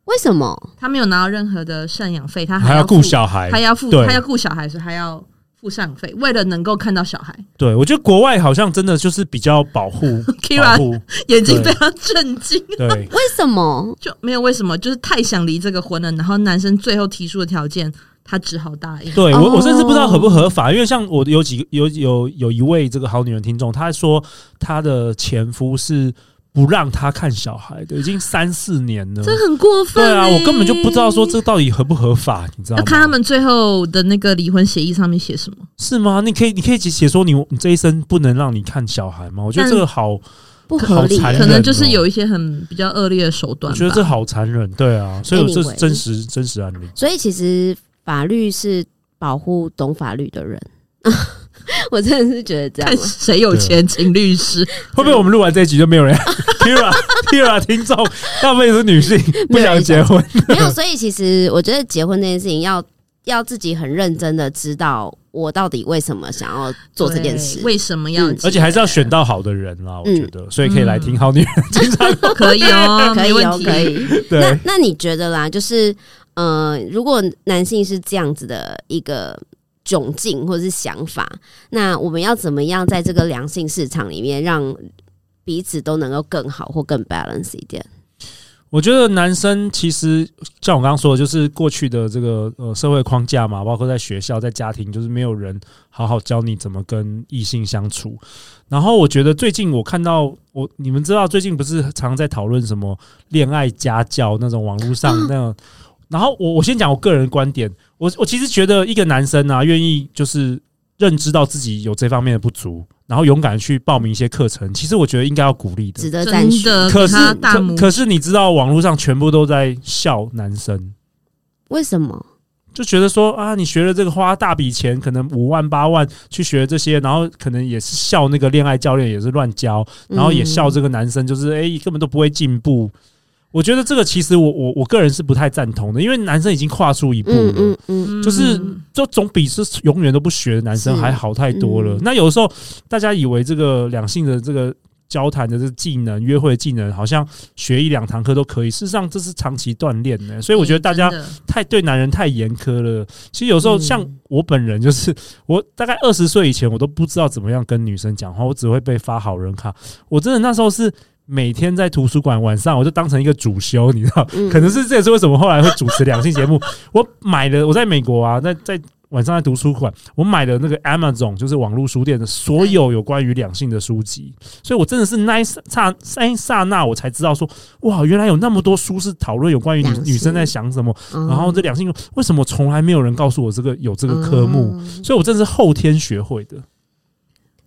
Speaker 2: 为什么？
Speaker 4: 他没有拿到任何的赡养费，他
Speaker 3: 还
Speaker 4: 要
Speaker 3: 要顾
Speaker 4: 付，
Speaker 3: 小孩，
Speaker 4: 他要付，
Speaker 3: 对
Speaker 4: 他要顾小孩，所以他要付赡养费，为了能够看到小孩。
Speaker 3: 对，我觉得国外好像真的就是比较保 护
Speaker 4: Kira
Speaker 3: 保护，
Speaker 4: 眼睛
Speaker 3: 对
Speaker 4: 非常震惊，
Speaker 3: 对
Speaker 2: 为什么？
Speaker 4: 就没有为什么，就是太想离这个婚了，然后男生最后提出的条件，他只好答应。
Speaker 3: 对，
Speaker 2: 哦
Speaker 3: 我我甚至不知道合不合法，因为像我有几个有有有一位这个好女人听众，她说她的前夫是不让她看小孩的，已经三四年了。
Speaker 4: 这很过分、
Speaker 3: 对
Speaker 4: 欸。
Speaker 3: 啊，我根本就不知道说这到底合不合法，你知道
Speaker 4: 要
Speaker 3: 吗？
Speaker 4: 看他们最后的那个离婚协议上面写什么。
Speaker 3: 是吗？你可以，你可以写写说你你这一生不能让你看小孩吗？我觉得
Speaker 4: 但
Speaker 3: 这个好
Speaker 1: 不合理
Speaker 3: 好残
Speaker 1: 耶。
Speaker 3: 忍
Speaker 4: 可能就是有一些很比较恶劣的手段
Speaker 3: 哎我
Speaker 4: 吧。
Speaker 3: 觉得这好残忍，对啊，所以我这是
Speaker 2: Anyway
Speaker 3: 真实真实案例。
Speaker 2: 所以其实法律是保护懂法律的人。 我真的是觉得这样
Speaker 4: 看
Speaker 2: 啦，
Speaker 4: 谁
Speaker 3: 啊
Speaker 4: 有钱请律师，
Speaker 3: 会不会我们录完这一集就没有人？Kira Kira 听众大部分也是女性，不想结婚。
Speaker 2: 没有。所以其实我觉得结婚这件事情要要自己很认真的知道我到底为什么想要做这件事
Speaker 4: 对。为什么要
Speaker 2: 嗯
Speaker 4: 请？
Speaker 3: 而且还是要选到好的人啦，我觉得，所以可以来听好女人经常
Speaker 4: 可以哦，
Speaker 2: 可以
Speaker 4: 没问
Speaker 2: 哦，
Speaker 4: 题。
Speaker 2: 可以。那
Speaker 3: 对
Speaker 2: 那你觉得啦，就是呃，如果男性是这样子的一个窘境或者是想法，那我们要怎么样在这个良性市场里面让彼此都能够更好或更 balance 一点？
Speaker 3: 我觉得男生其实像我刚刚说的，就是过去的这个呃社会框架嘛，包括在学校、在家庭，就是没有人好好教你怎么跟异性相处。然后我觉得最近我看到我你们知道最近不是常在讨论什么恋爱家教那种网络上那种。然后我我先讲我个人观点，我我其实觉得一个男生啊，愿意就是认知到自己有这方面的不足，然后勇敢地去报名一些课程，其实我觉得应该要鼓励的
Speaker 2: 值。得赞
Speaker 4: 真
Speaker 2: 许。
Speaker 4: 的，
Speaker 3: 可
Speaker 4: 给
Speaker 3: 是
Speaker 4: 他大
Speaker 3: 可
Speaker 2: 嗯
Speaker 4: 拇
Speaker 3: 可是你知道，网络上全部都在笑男生，
Speaker 2: 为什么？
Speaker 3: 就觉得说啊，你学了这个花大笔钱，可能五万八万去学这些，然后可能也是笑那个恋爱教练也是乱教，
Speaker 2: 嗯
Speaker 3: 然后也笑这个男生，就是哎、根本都不会进步。我觉得这个其实我我我个人是不太赞同的，因为男生已经跨出一步了。
Speaker 2: 嗯嗯嗯，
Speaker 4: 嗯
Speaker 3: 就是就总比是永远都不学的男生
Speaker 2: 是
Speaker 3: 还好太多了。
Speaker 2: 嗯
Speaker 3: 那有的时候大家以为这个两性的这个交谈的这个技能、约会的技能，好像学一两堂课都可以。事实上，这是长期锻炼的。所以我觉得大家
Speaker 4: 真的
Speaker 3: 太对男人太严苛了。其实有时候
Speaker 2: 嗯
Speaker 3: 像我本人，就是我大概二十岁以前，我都不知道怎么样跟女生讲话，我只会被发好人卡。我真的那时候是。每天在图书馆晚上，我就当成一个主修，你知道，
Speaker 2: 嗯
Speaker 3: 可能是这也是为什么后来会主持两性节目。我买了，我在美国啊，在在晚上在图书馆，我买了那个 Amazon，就是网络书店的所有有关于两性的书籍，所以我真的是那一刹刹那一刹那，我才知道说，哇，原来有那么多书是讨论有关于 女
Speaker 2: 两性
Speaker 3: 女生在想什么，
Speaker 2: 嗯
Speaker 3: 然后这两性为什么从来没有人告诉我这个有这个科目，。
Speaker 2: 嗯
Speaker 3: 所以我真的是后天学会的。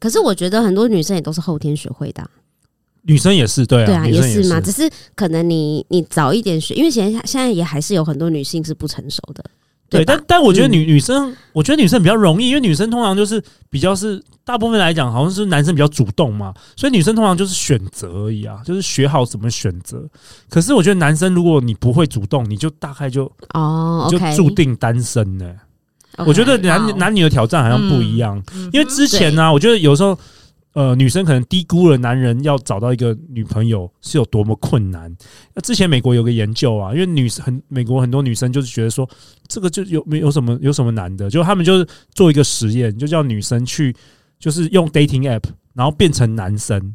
Speaker 2: 可是我觉得很多女生也都是后天学会的啊、
Speaker 3: 女生也是，对啊，
Speaker 2: 对啊，
Speaker 3: 女生
Speaker 2: 是嘛。只
Speaker 3: 是
Speaker 2: 是可能你你早一点学，因为现在现在也还是有很多女性是不成熟的，
Speaker 3: 对，
Speaker 2: 吧嗯
Speaker 3: 但但我觉得女、女生，我觉得女生比较容易，因为女生通常就是比较是大部分来讲，好像是男生比较主动嘛，所以女生通常就是选择而已啊，就是学好怎么选择。可是我觉得男生，如果你不会主动，你就大概就
Speaker 2: 哦
Speaker 3: 就
Speaker 2: ，OK，
Speaker 3: 注定单身呢、
Speaker 2: OK
Speaker 3: 我觉得男
Speaker 4: 好
Speaker 3: 男女的挑战好像不一样，
Speaker 4: 嗯
Speaker 3: 因为之前呢、我觉得有时候。呃，女生可能低估了男人要找到一个女朋友是有多么困难。那之前美国有个研究啊，因为女生很美国很多女生就是觉得说，这个就有没有什么有什么难的，就他们就是做一个实验，就叫女生去就是用 dating app，然后变成男生，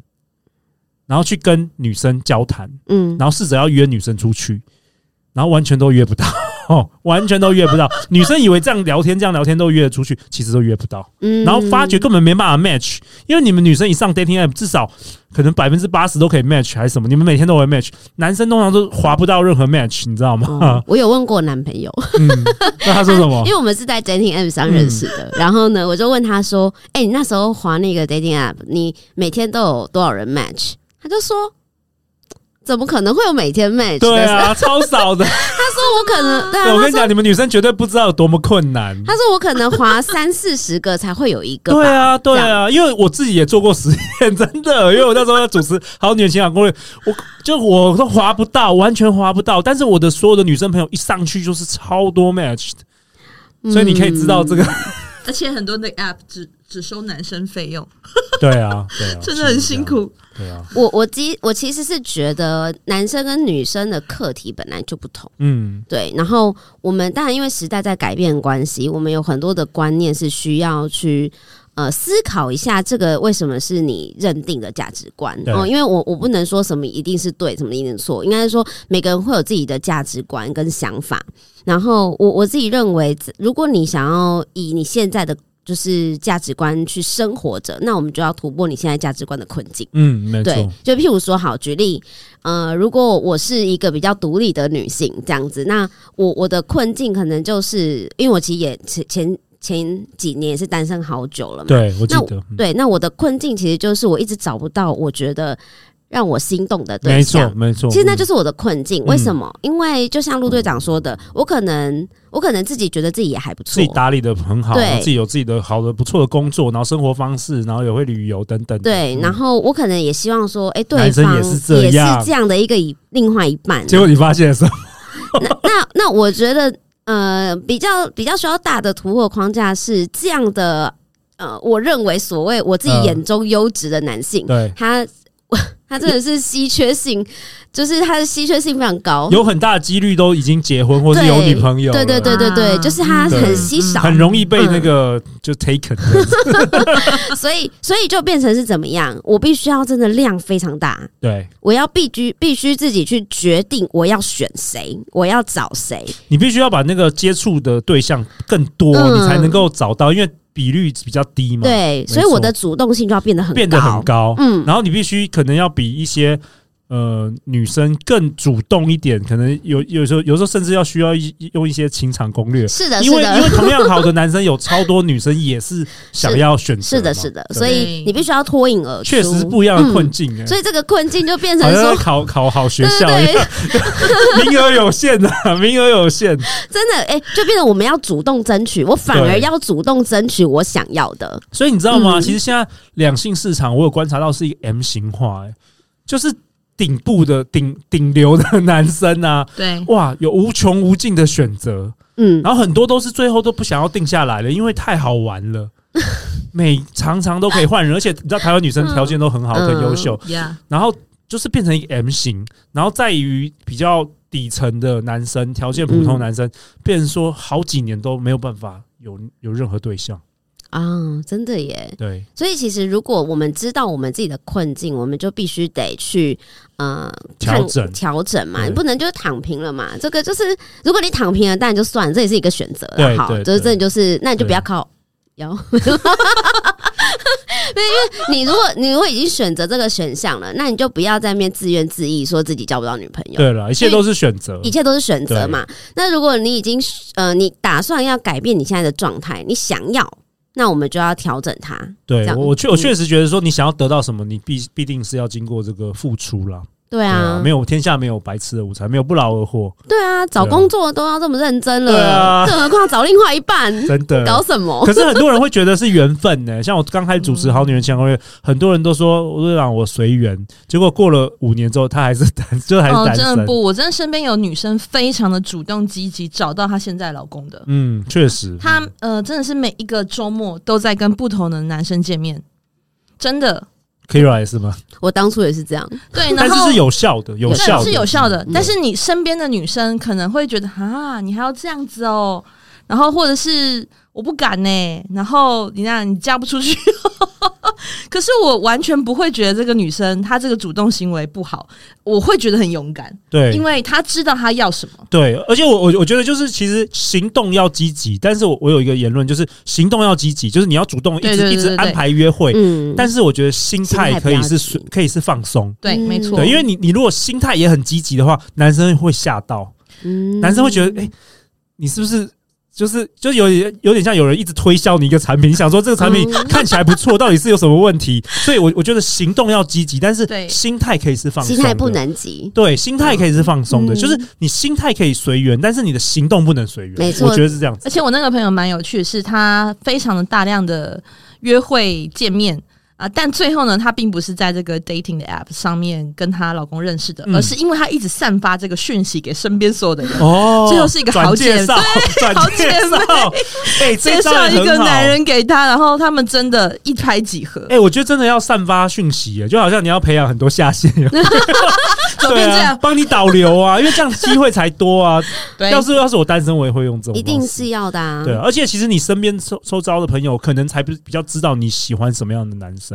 Speaker 3: 然后去跟女生交谈，
Speaker 2: 嗯，
Speaker 3: 然后试着要约女生出去，然后完全都约不到， 哦，完全都约不到。女生以为这样聊天这样聊天都约得出去，其实都约不到。
Speaker 2: 嗯
Speaker 3: 然后发觉根本没办法 match，因为你们女生一上 dating app，至少可能百分之八十都可以 match 还是什么，你们每天都会 match，男生通常都划不到任何 match，你知道
Speaker 2: 哦
Speaker 3: 吗？
Speaker 2: 我有问过我男朋 友，
Speaker 3: 嗯， 那他说什么 嗯
Speaker 2: 因？为我们是在 dating app 上认识的。然后呢，我就问他说：“哎、你那时候滑那个 dating app，你每天都有多少人 match？” 他就说：“怎么可能会有每天 match？”
Speaker 3: 对
Speaker 2: 但是
Speaker 3: 啊，超少的。
Speaker 2: 他说：“我可 能对啊。” 他
Speaker 3: 我跟
Speaker 2: 说
Speaker 3: 你讲，你们女生绝对不知道有多么困难：“。
Speaker 2: 他说我可能滑三四十个才会有一个。”
Speaker 3: 对，啊，对啊，因为我自己也做过实验，真的，因为我那时候要主持《好女人情感攻略》，我就我都划不到，完全划不到。但是我的所有的女生朋友一上去就是超多 match，的
Speaker 2: 嗯
Speaker 3: 所以你可以知道 这个。
Speaker 4: 而且很多的 app 只只收男生费用，
Speaker 3: 对啊，对啊，
Speaker 4: 真的很
Speaker 3: 是这
Speaker 4: 辛
Speaker 3: 样。
Speaker 4: 苦。
Speaker 3: 对啊，
Speaker 2: 我我其我其实是觉得男生跟女生的课题本来就不同。
Speaker 3: 嗯，
Speaker 2: 对，然后我们当然因为时代在改变关系，我们有很多的观念是需要去呃思考一下，这个为什么是你认定的价值观
Speaker 3: 对
Speaker 2: 哦、因为我我不能说什么一定是对，什么一定是错，应该是说每个人会有自己的价值观跟想法。然后我我自己认为，如果你想要以你现在的就是价值观去生活着，那我们就要突破你现在价值观的困境。
Speaker 3: 嗯，没错
Speaker 2: 对，，就譬如说，好举例，呃，如果我是一个比较独立的女性这样子，那我我的困境可能就是因为我其实也前前前几年也是单身好久了嘛，
Speaker 3: 对我记
Speaker 2: 那
Speaker 3: 得，嗯
Speaker 2: 对，那我的困境其实就是我一直找不到我觉得让我心动的对
Speaker 3: 没错
Speaker 2: 象。
Speaker 3: 没错，嗯
Speaker 2: 其实那就是是我的困境，为什么？因为就像陆队长说的，我可能我可能自己觉得自己也还不
Speaker 3: 自
Speaker 2: 错
Speaker 3: 己，打理的很好，
Speaker 2: 对
Speaker 3: 然后自己有自己的好的不错的工作，然后生活方式，然后也会旅游等等的。
Speaker 2: 对，
Speaker 3: 嗯
Speaker 2: 然后我可能也希望说，哎、对
Speaker 3: 男生
Speaker 2: 方
Speaker 3: 也是这样
Speaker 2: 这样的一个一另外一半啊、
Speaker 3: 结果你发现的 时候，
Speaker 2: 那那那我觉得，呃，比较比较需要大的突破框架是这样的，呃，我认为所谓我自己
Speaker 3: 嗯
Speaker 2: 眼中优质的男性，
Speaker 3: 对，
Speaker 2: 他 他真的是稀缺性，就是他的稀缺性非常高，
Speaker 3: 有很大的几率都已经结婚或是有女朋友了，
Speaker 2: 哦对对嗯对对对，
Speaker 4: 啊
Speaker 2: 就是他
Speaker 3: 对
Speaker 2: 很稀少，
Speaker 3: 很容易被那个就 taken 这 样子。
Speaker 2: 所以所以就变成是怎么样？我必须要真的量非常大，
Speaker 3: 对
Speaker 2: 我要必须必须自己去决定我要选谁，我要找谁。
Speaker 3: 你必须要把那个接触的对象更多，
Speaker 2: 嗯
Speaker 3: 你才能够找到，因为比率比较低嘛，，
Speaker 2: 对，所以
Speaker 3: 嗯没错
Speaker 2: 我的主动性就要变得很
Speaker 3: 变得很高。
Speaker 2: 嗯
Speaker 3: 然后你必须可能要比一些呃女生更主动一点，可能有有时候有时候甚至要需要一用一些情场攻略，
Speaker 2: 是的，是
Speaker 3: 因为因为
Speaker 2: 的，
Speaker 3: 同样好的男生有超多女生也是想要选择
Speaker 2: 是的，
Speaker 3: 嘛
Speaker 2: 是的，
Speaker 3: 对
Speaker 2: 所以
Speaker 4: 对
Speaker 2: 你必须要脱颖而出，
Speaker 3: 确实是不一样的困
Speaker 2: 嗯
Speaker 3: 境哎、
Speaker 2: 所以这个困境就变成
Speaker 3: 好像在
Speaker 2: 说，
Speaker 3: 考考好学
Speaker 2: 对
Speaker 3: 校一
Speaker 2: 对
Speaker 3: 样
Speaker 2: 对，，
Speaker 3: 名额有限啊， 名额有限。
Speaker 2: 真的，哎、就变成我们要主动争取，我反而
Speaker 3: 对
Speaker 2: 要主动争取我想要的，
Speaker 3: 所以你知道吗？
Speaker 2: 嗯
Speaker 3: 其实现在两性市场，我有观察到是一个 M 型化、欸，就是顶部的顶顶流的男生啊，
Speaker 4: 对，
Speaker 3: 哇，有无穷无尽的选择，
Speaker 2: 嗯，
Speaker 3: 然后很多都是最后都不想要定下来了，因为太好玩 了。每常常都可以换人，而且你知道台湾女生条件都很好，
Speaker 2: 嗯
Speaker 3: 很优秀，
Speaker 4: 呀，
Speaker 3: 然后就是变成一个 M 型，然后在于比较底层的男生，条件普通的男
Speaker 2: 嗯
Speaker 3: 生，变成说好几年都没有办法有有任何对象，
Speaker 2: 啊、真的耶。
Speaker 3: 对，
Speaker 2: 所以其实如果我们知道我们自己的困境，我们就必须得去呃
Speaker 3: 调
Speaker 2: 看
Speaker 3: 整
Speaker 2: 调整嘛，
Speaker 3: 对
Speaker 2: 你不能就是躺平了嘛。这个就是如果你躺平了，当然就算了，这也是一个选择了。
Speaker 3: 对
Speaker 2: 好，
Speaker 3: 对
Speaker 2: 就是
Speaker 3: 对
Speaker 2: 这就是那你就不要
Speaker 3: 对
Speaker 2: 靠腰。 对，因为你如果你如果已经选择这个选项了，那你就不要在那边自怨自艾，说自己交不到女朋友。
Speaker 3: 对了，一切都是选择，
Speaker 2: 一切都是选择嘛。那如果你已经呃，你打算要改变你现在的状态，你想要，那我们就要调整它。
Speaker 3: 对
Speaker 2: 这样
Speaker 3: 我，我确我
Speaker 2: 嗯
Speaker 3: 确实觉得说，你想要得到什么，你必必定是要经过这个付出啦。
Speaker 2: 对
Speaker 3: 对
Speaker 2: 啊，
Speaker 3: 没有天下没有白吃的午餐，没有不劳而获，
Speaker 2: 对啊，找工作都要这么认真
Speaker 3: 对
Speaker 2: 了，
Speaker 3: 啊
Speaker 2: 更何况找另外一半，
Speaker 3: 真的。
Speaker 2: 搞什么？
Speaker 3: 可是很多人会觉得是缘分呢、 像我刚开始主持《好女人情感攻略》，很多人都说我队长我随缘，结果过了五年之后，他还是单，就还是
Speaker 4: 哦，
Speaker 3: 单
Speaker 4: 真的
Speaker 3: 身。
Speaker 4: 不，我真的身边有女生非常的主动积极，找到她现在老公的。
Speaker 3: 嗯，确实，
Speaker 4: 她呃，真的是每一个周末都在跟不同的男生见面，真的
Speaker 3: Kira 也是吗？
Speaker 2: 我当初也是这样，
Speaker 4: 对。
Speaker 3: 但
Speaker 4: 然
Speaker 3: 是
Speaker 4: 后
Speaker 3: 是有效的，有
Speaker 4: 对
Speaker 3: 效的，
Speaker 4: 是有效的
Speaker 2: 嗯，
Speaker 4: 但是你身边的女生可能会觉得啊，你还要这样子哦，然后或者是我不敢呢、然后你那你嫁不出去。哦 可是我完全不会觉得这个女生她这个主动行为不好，我会觉得很勇敢，
Speaker 3: 对，
Speaker 4: 因为她知道她要什么。
Speaker 3: 嗯对，而且我我我觉得就是其实行动要积极，但是我我有一个言论就是行动要积极，就是你要主动一直
Speaker 4: 对对对
Speaker 3: 一直
Speaker 4: 对对
Speaker 3: 安排约会，
Speaker 2: 嗯，
Speaker 3: 但是我觉得心态可以是
Speaker 2: 心态不要急
Speaker 3: 可以是放松。
Speaker 4: 对，
Speaker 2: 嗯
Speaker 4: 没错，
Speaker 3: 对，因为你你如果心态也很积极的话，男生会吓到，
Speaker 2: 嗯
Speaker 3: 男生会觉得，哎、你是不是就是就有点有点像有人一直推销你一个产品，你想说这个产品
Speaker 2: 嗯
Speaker 3: 看起来不错，到底是有什么问题？所以我我觉得行动要积极，但是
Speaker 4: 对
Speaker 3: 心态可以是放松，
Speaker 2: 心态不。能急，
Speaker 3: 对，心态可以是放松的，
Speaker 4: 嗯
Speaker 3: 就是你心态可以随缘，但是你的行动不能随缘。
Speaker 2: 没错
Speaker 3: 我觉得是这样子
Speaker 4: 而。且我那个朋友蛮有趣的是，他非常的大量的约会见面啊，但最后呢，他并不是在这个 dating 的 app 上面跟她老公认识的，
Speaker 3: 嗯
Speaker 4: 而是因为她一直散发这个讯息给身边所有的人。
Speaker 3: 哦
Speaker 4: 最后是一个
Speaker 3: 转
Speaker 4: 好姐
Speaker 3: 介绍，转
Speaker 4: 好
Speaker 3: 介
Speaker 4: 姐妹
Speaker 3: 绍，哎，
Speaker 4: 介
Speaker 3: 这招
Speaker 4: 绍
Speaker 3: 也
Speaker 4: 一个
Speaker 3: 很好
Speaker 4: 男人给他，然后他们真的一拍即合，
Speaker 3: 哎、我觉得真的要散发讯息耶，就好像你要培养很多下 线，
Speaker 4: 怎么
Speaker 3: 对
Speaker 4: 变这
Speaker 3: 啊
Speaker 4: 样，？
Speaker 3: 帮你导流啊，因为这样机会才多啊。
Speaker 4: 对
Speaker 3: 要是要是我单身，我也会用这种方式，
Speaker 2: 一定是要的啊。
Speaker 3: 对。而且其实你身边收收招的朋友，可能才不比较知道你喜欢什么样的男 生。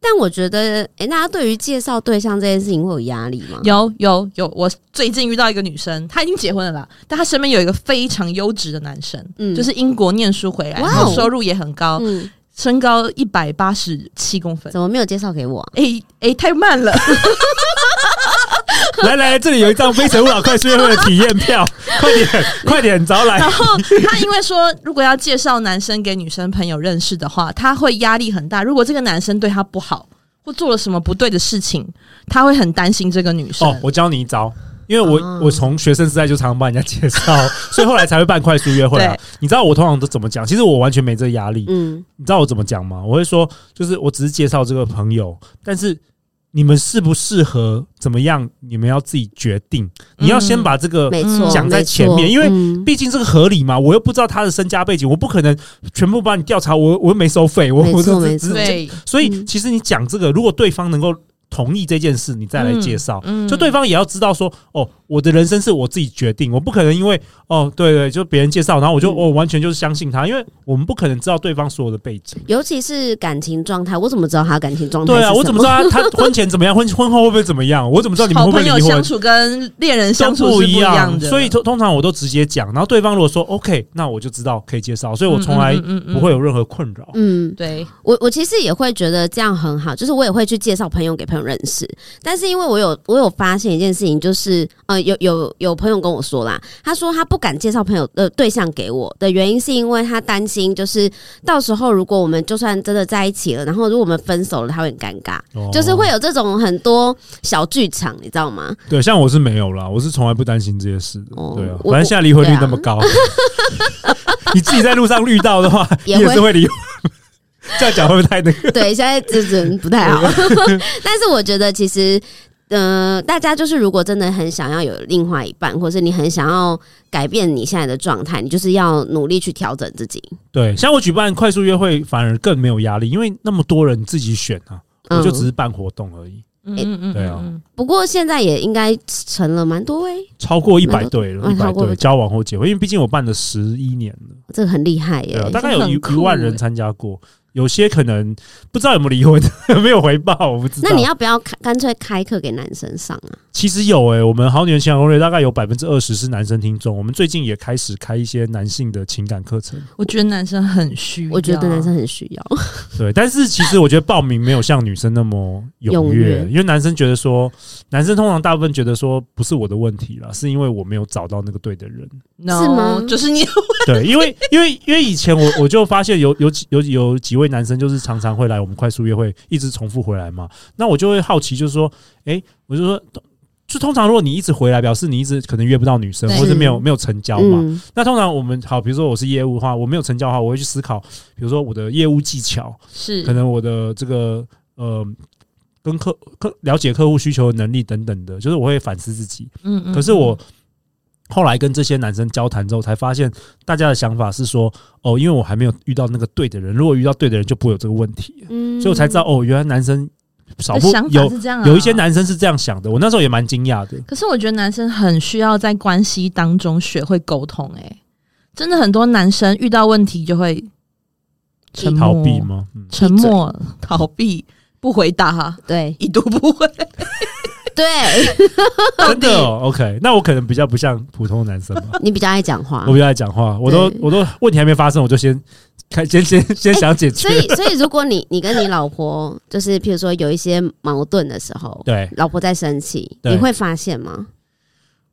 Speaker 2: 但我觉得，哎，大家对于介绍对象这件事情会有压力吗？
Speaker 4: 有有有，我最近遇到一个女生，她已经结婚了啦，但她身边有一个非常优质的男生，
Speaker 2: 嗯
Speaker 4: 就是英国念书回来，
Speaker 2: 哇哦
Speaker 4: 然后收入也很高，
Speaker 2: 嗯，
Speaker 4: 身高一百八十七公分。
Speaker 2: 怎么没有介绍给我啊？
Speaker 4: 哎、哎、太慢 了，
Speaker 3: 来来，这里有一张《非诚勿扰》快速约会的体验票， 快点快点，早来
Speaker 4: 然。后他因为说，如果要介绍男生给女生朋友认识的话，他会压力很大。如果这个男生对他不好，或做了什么不对的事情，他会很担心这个女生。
Speaker 3: 哦，我教你一招，因为我、
Speaker 2: 哦
Speaker 3: 我从学生时代就常常帮人家介绍， 所以后来才会办快速约会啊
Speaker 4: 对。
Speaker 3: 你知道我通常都怎么讲？其实我完全没这个压力。
Speaker 2: 嗯，
Speaker 3: 你知道我怎么讲吗？我会说，就是我只是介绍这个朋友，但是你们适不适合怎么样，你们要自己决定。你要先把这个，
Speaker 2: 没错，
Speaker 3: 讲呃嗯在
Speaker 2: 哦没错
Speaker 3: 前面因为
Speaker 2: 嗯
Speaker 3: 毕竟这个合理嘛，我又不知道他的身家背景，我不可能全部帮你调查，我我又没收费，我
Speaker 2: 没
Speaker 3: 我
Speaker 2: 错
Speaker 3: 就
Speaker 2: 没
Speaker 3: 只
Speaker 2: 错
Speaker 3: 只
Speaker 4: 对，
Speaker 3: 所以
Speaker 2: 嗯
Speaker 3: 其实你讲这个，如果对方能够同意这件事，你再来介绍，
Speaker 4: 嗯嗯
Speaker 3: 就对方也要知道说，哦，我的人生是我自己决定，我不可能因为哦，对对，就别人介绍，然后我就
Speaker 2: 嗯
Speaker 3: 我、哦、完全就是相信他，因为我们不可能知道对方所有的背景。
Speaker 2: 尤其是感情状态，我怎么知道他感情状态？
Speaker 3: 对啊，我怎么知？道他他婚前怎么样，婚婚后会不会怎么样？我怎么知道你们
Speaker 4: 好
Speaker 3: 会不会
Speaker 4: 朋友
Speaker 3: 离婚
Speaker 4: 相？处跟恋人
Speaker 3: 都
Speaker 4: 相处是
Speaker 3: 一
Speaker 4: 一样的，
Speaker 3: 所以通通常我都直接讲，然后对方如果说 OK，那我就知道可以介绍，所以我从来
Speaker 4: 嗯嗯嗯嗯嗯
Speaker 3: 不会有任何困扰。
Speaker 2: 嗯，
Speaker 4: 对
Speaker 2: 我我其实也会觉得这样很好，就是我也会去介绍朋友给朋友认识。但是因为我有我有发现一件事情，就是呃，有有有朋友跟我说啦，他说他不敢介绍朋友的对象给我的原因，是因为他担心，就是到时候如果我们就算真的在一起了，然后如果我们分手了，他会很尴尬，
Speaker 3: 哦
Speaker 2: 嗯就是会有这种很多小剧场，你知道吗？
Speaker 3: 对，像我是没有啦，我是从来不担心这些事的。
Speaker 2: 哦
Speaker 3: 对啊，
Speaker 2: 我
Speaker 3: 反正现在离婚率那么高， 你自己在路上遇到的话，你
Speaker 2: 也
Speaker 3: 也
Speaker 2: 会
Speaker 3: 是会离婚。 这样讲会不会太那 个？
Speaker 2: 对，现在这人不太好。 但是我觉得其实。呃，大家就是如果真的很想要有另外一半，或是你很想要改变你现在的状态，你就是要努力去调整自己。
Speaker 3: 对，像我举办快速约会，反而更没有压力，因为那么多人自己选啊，
Speaker 2: 嗯
Speaker 3: 我就只是办活动而已，
Speaker 4: 嗯嗯嗯，
Speaker 3: 对啊
Speaker 4: 嗯，
Speaker 2: 不过现在也应该成了蛮多哎、
Speaker 3: 超过一百对了，
Speaker 2: 嗯
Speaker 3: 一百
Speaker 2: 超过
Speaker 3: 对交往后结婚，因为毕竟我办了十一年了，
Speaker 2: 这个很厉害耶、
Speaker 3: 对啊，大概
Speaker 4: 这
Speaker 3: 有
Speaker 4: 很
Speaker 3: 一
Speaker 4: 酷
Speaker 3: 一万人
Speaker 4: 欸
Speaker 3: 参加过，有些可能不知道有没有离婚， 没有回报，我不知道。
Speaker 2: 那你要不要开干脆开课给男生上啊？
Speaker 3: 其实有欸诶、我们好女人情感攻略大概有百分之二十是男生听众。我们最近也开始开一些男性的情感课程，
Speaker 4: 我觉得男生很需要，
Speaker 2: 我觉得男生很需要。
Speaker 3: 对。但是其实我觉得报名没有像女生那么踊
Speaker 2: 踊
Speaker 3: 跃
Speaker 2: 跃，
Speaker 3: 因为男生觉得说，男生通常大部分觉得说不是我的问题啦，是因为我没有找到那个对的人。
Speaker 4: No，
Speaker 2: 是吗
Speaker 4: 就是你
Speaker 3: 对，因为因为因为以前我我就发现有有几有有几位男生就是常常会来我们快速约会，一直重复回来嘛。那我就会好奇，就是说，诶，我就说，就通常如果你一直回来，表示你一直可能约不到女生，
Speaker 4: 对
Speaker 3: 或者没有没有成交嘛。
Speaker 2: 嗯，
Speaker 3: 那通常我们好，比如说我是业务的话，我没有成交的话，我会去思考，比如说我的业务技巧，
Speaker 4: 是
Speaker 3: 可能我的这个呃。跟客客了解客户需求的能力等等的，就是我会反思自己。
Speaker 4: 嗯嗯
Speaker 3: 可是我后来跟这些男生交谈之后，才发现大家的想法是说，哦，因为我还没有遇到那个对的人，如果遇到对的人就不会有这个问题，
Speaker 2: 嗯
Speaker 3: 所以我才知道，哦，原来男生少
Speaker 4: 的
Speaker 3: 不
Speaker 4: 想法
Speaker 3: 有
Speaker 4: 是这样、啊，
Speaker 3: 有一些。男生是这样想的。我那时候也蛮惊讶的，
Speaker 4: 可是我觉得男生很需要在关系当中学会沟通、欸，真的很多男生遇到问题就会沉默
Speaker 3: 逃避？吗？嗯，
Speaker 4: 沉默、逃避、不回答，
Speaker 2: 对
Speaker 4: 已读不回。
Speaker 3: 哦
Speaker 2: 对，
Speaker 3: 真的、哦、OK。那我可能比较不像普通的男生吧。
Speaker 4: 嗯
Speaker 2: 你比较爱讲话
Speaker 3: 我，比较爱讲话，我都
Speaker 2: 对
Speaker 3: 我都问题还没发生，我就先 开先先先想解决
Speaker 2: 所。以，所以如果你你跟你老婆就是，譬如说有一些矛盾的时候，
Speaker 3: 对
Speaker 2: 老婆在生气，
Speaker 3: 对
Speaker 2: 你会发现吗？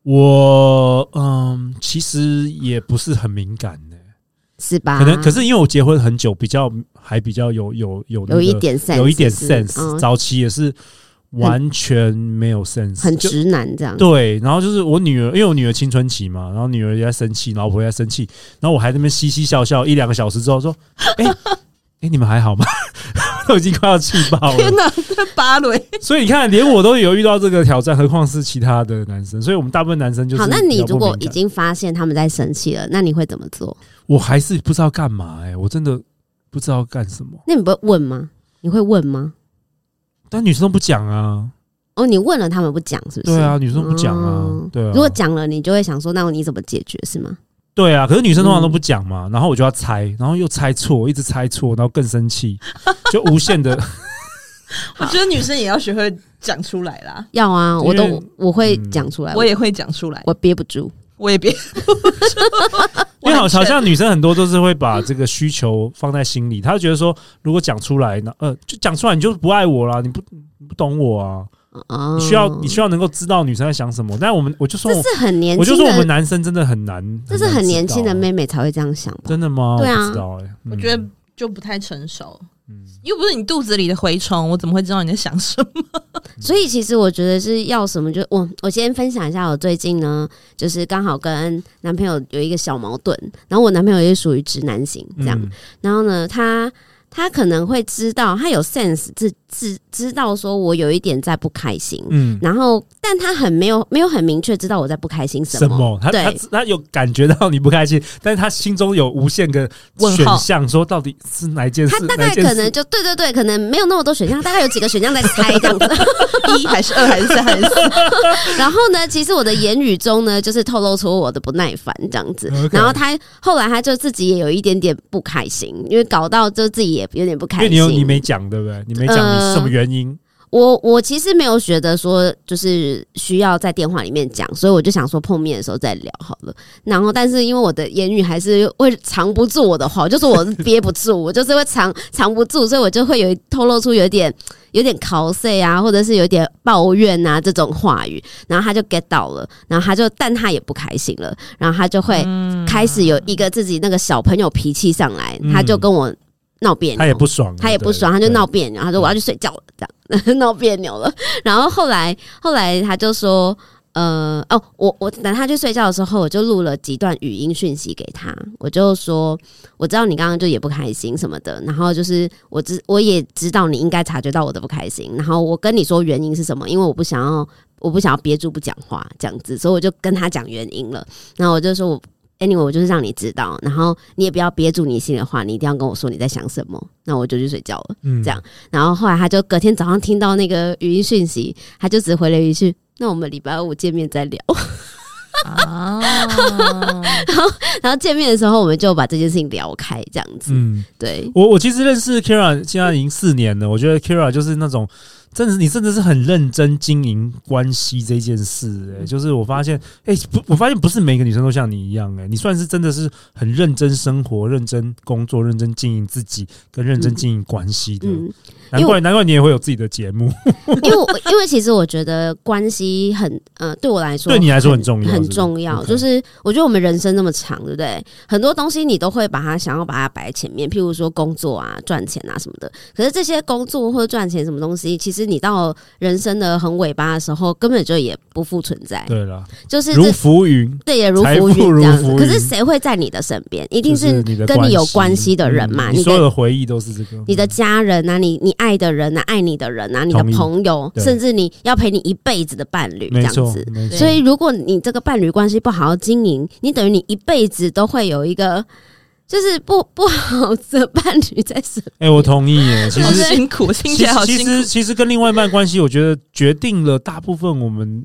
Speaker 3: 我嗯，其实也不是很敏感的、
Speaker 2: 是吧？
Speaker 3: 可能可是因为我结婚很久，比较还比较有有有、
Speaker 2: 有
Speaker 3: 那个、
Speaker 2: 一点 sense，
Speaker 3: 有一点
Speaker 2: 是不是
Speaker 3: sense，、
Speaker 2: 嗯
Speaker 3: 早期也是完全没有 sense，
Speaker 2: 很
Speaker 3: 就
Speaker 2: 直男这样。
Speaker 3: 对，然后就是我女儿，因为我女儿青春期嘛，然后女儿也在生气，老婆也在生气，然后我还在那边嘻嘻笑笑一两个小时之后说：“ 哎、哎、你们还好吗？” 都已经快要气爆了
Speaker 4: 天。哪，这芭蕾
Speaker 3: 所以你看，连我都有遇到这个挑战，何况是其他的男生。所以我们大部分男生就是
Speaker 2: 好，那你
Speaker 3: 比较不
Speaker 2: 如果
Speaker 3: 敏
Speaker 2: 已
Speaker 3: 感
Speaker 2: 经发现他们在生气了，那你会怎么做？
Speaker 3: 我还是不知道干嘛哎、我真的不知道干什么。
Speaker 2: 那你不会问吗？你会问吗？
Speaker 3: 但女生都不讲啊，
Speaker 2: 哦，你问了他们不讲，是不是？
Speaker 3: 对啊，女生都不讲啊，
Speaker 2: 哦
Speaker 3: 对啊。
Speaker 2: 如果讲了，你就会想说，那你怎么解决是吗？
Speaker 3: 对啊，可是女生通
Speaker 2: 嗯
Speaker 3: 常都不讲嘛，然后我就要猜，然后又猜错，一直猜错，然后更生气， 就无限 的。
Speaker 4: 我觉得女生也要学会讲出来啦。
Speaker 2: 要啊，
Speaker 3: 因
Speaker 2: 我
Speaker 3: 为
Speaker 2: 都我会
Speaker 3: 嗯
Speaker 2: 讲出来，
Speaker 4: 我也会讲出来，
Speaker 2: 我憋不住。
Speaker 4: 我也别，
Speaker 3: 因为好好
Speaker 4: 完全
Speaker 3: 像女生很多都是会把这个需求放在心里，她就觉得说，如果讲出来，那呃，就讲出来你就不爱我啦，你不你不懂我啊，
Speaker 2: 哦，
Speaker 3: 你需要你需要能够知道女生在想什么。但我们我就说
Speaker 2: 这
Speaker 3: 我，
Speaker 2: 是很年
Speaker 3: 我就
Speaker 2: 轻
Speaker 3: 说我们
Speaker 2: 的，
Speaker 3: 男生真的很难，
Speaker 2: 这是很年轻的
Speaker 3: 难知道啊
Speaker 2: 妹妹才会这样想吧？
Speaker 3: 真的吗？
Speaker 2: 对啊
Speaker 3: 欸我不知道哎、嗯
Speaker 4: 我觉得就不太成熟。
Speaker 3: 嗯，
Speaker 4: 又不是你肚子里的蛔虫，我怎么会知道你在想什么？
Speaker 2: 所以其实我觉得是要什么就我我先分享一下，我最近呢就是刚好跟男朋友有一个小矛盾，然后我男朋友也是属于直男型这样，
Speaker 3: 嗯
Speaker 2: 然后呢他。他可能会知道，他有 sense，知知知道说我有一点在不开心，
Speaker 3: 嗯，
Speaker 2: 然后但他很没有没有很明确知道我在不开心什
Speaker 3: 什
Speaker 2: 么，
Speaker 3: 么？他他
Speaker 2: 对
Speaker 3: 他有感觉到你不开心，但是他心中有无限个
Speaker 4: 问
Speaker 3: 选
Speaker 4: 号
Speaker 3: 项，说到底是哪一件事
Speaker 2: 他？大
Speaker 3: 哪
Speaker 2: 概
Speaker 3: 一件
Speaker 2: 可
Speaker 3: 事
Speaker 2: 能就对对对，可能没有那么多选项，大概有几个选项在猜这样子。
Speaker 4: 一还是二还是三还是四？
Speaker 2: 然后呢，其实我的言语中呢，就是透露出我的不耐烦这样子。
Speaker 3: OK
Speaker 2: 然后他后来他就自己也有一点点不开心，因为搞到就自己也有点不开
Speaker 3: 因
Speaker 2: 心。嗯
Speaker 3: 为你有你没讲，对不对？你没讲你是什么原因？
Speaker 2: 我我其实没有觉得说就是需要在电话里面讲，所以我就想说碰面的时候再聊好了。然后，但是因为我的言语还是会藏不住我的话，我就说 我是憋不住，我就是会藏藏不住，所以我就会有透露出有点有点 cos 啊，或者是有点抱怨啊这种话语。然后他就 get 到了，然后他就但他也不开心了，然后他就会开始有一个自己那个小朋友脾气上来，
Speaker 3: 嗯
Speaker 2: 他就跟我闹别扭，
Speaker 3: 他也不爽，
Speaker 2: 他也不
Speaker 3: 对
Speaker 2: 爽，他就
Speaker 3: 对
Speaker 2: 闹别扭，他说我要去睡觉了，这样 闹别扭了。然后后来后来他就说，呃，哦，我我等他去睡觉的时候，我就录了几段语音讯息给他，我就说我知道你刚刚就也不开心什么的，然后就是我知我也知道你应该察觉到我的不开心，然后我跟你说原因是什么，因为我不想要我不想要憋住不讲话这样子，所以我就跟他讲原因了，然后我就说我 anyway，我就是让你知道，然后你也不要憋住你心里的话，你一定要跟我说你在想什么，那我就去睡觉了。
Speaker 3: 嗯
Speaker 2: 这样然后后来他就隔天早上听到那个语音讯息，他就只回了一句：“那我们礼拜五见面再聊。
Speaker 4: 啊，”
Speaker 2: 然后见面的时候，我们就把这件事情聊开，这样子。
Speaker 3: 嗯，
Speaker 2: 对，
Speaker 3: 我我其实认识 Kira 现在已经四年了，我觉得 Kira 就是那种，真的是你真的是很认真经营关系这件事、
Speaker 2: 嗯
Speaker 3: 哎，就是我发现，哎、不，我发现不是每个女生都像你一样、哎，你算是真的是很认真生活、认真工作、认真经营自己，跟认真经营关系的，
Speaker 2: 嗯，
Speaker 3: 难怪难怪你也会有自己的节目，
Speaker 2: 因为我因为其实我觉得关系很呃，对我来说，
Speaker 3: 对你来说很重要是不
Speaker 2: 很
Speaker 3: 是
Speaker 2: 重要。
Speaker 3: OK
Speaker 2: 就是我觉得我们人生那么长，对不对？很多东西你都会把它想要把它摆在前面，譬如说工作啊、赚钱啊什么的。可是这些工作或者赚钱什么东西，其实你到人生的很尾巴的时候，根本就也不复存在。
Speaker 3: 对了，
Speaker 2: 就是
Speaker 3: 如
Speaker 2: 这
Speaker 3: 浮云，
Speaker 2: 这也如
Speaker 3: 财
Speaker 2: 浮
Speaker 3: 富
Speaker 2: 云
Speaker 3: 如
Speaker 2: 这样子
Speaker 3: 浮。云
Speaker 2: 可是谁会在你的身边？一
Speaker 3: 一
Speaker 2: 定是
Speaker 3: 你的
Speaker 2: 跟你有关系的人嘛
Speaker 3: 嗯你
Speaker 2: 你
Speaker 3: 所
Speaker 2: 的
Speaker 3: 有的回忆都是这个，
Speaker 2: 你的家人啊，你你爱的人啊，爱你的人啊，你的
Speaker 3: 同意
Speaker 2: 朋友，
Speaker 3: 对
Speaker 2: 甚至你要陪你一辈子的伴侣这
Speaker 3: 没
Speaker 2: 样
Speaker 3: 错
Speaker 2: 子。，
Speaker 3: 没错
Speaker 2: 所以，如果你这个伴侣关系不好好经营，你等于你一辈子都会有一个就是不不好的伴侣在身边。
Speaker 3: 哎、我同意耶。其
Speaker 4: 好
Speaker 3: 实
Speaker 4: 辛苦，听起来好
Speaker 3: 其实
Speaker 4: 辛
Speaker 3: 其实
Speaker 4: 苦。
Speaker 3: 其实跟另外一半关系，我觉得决定了大部分我们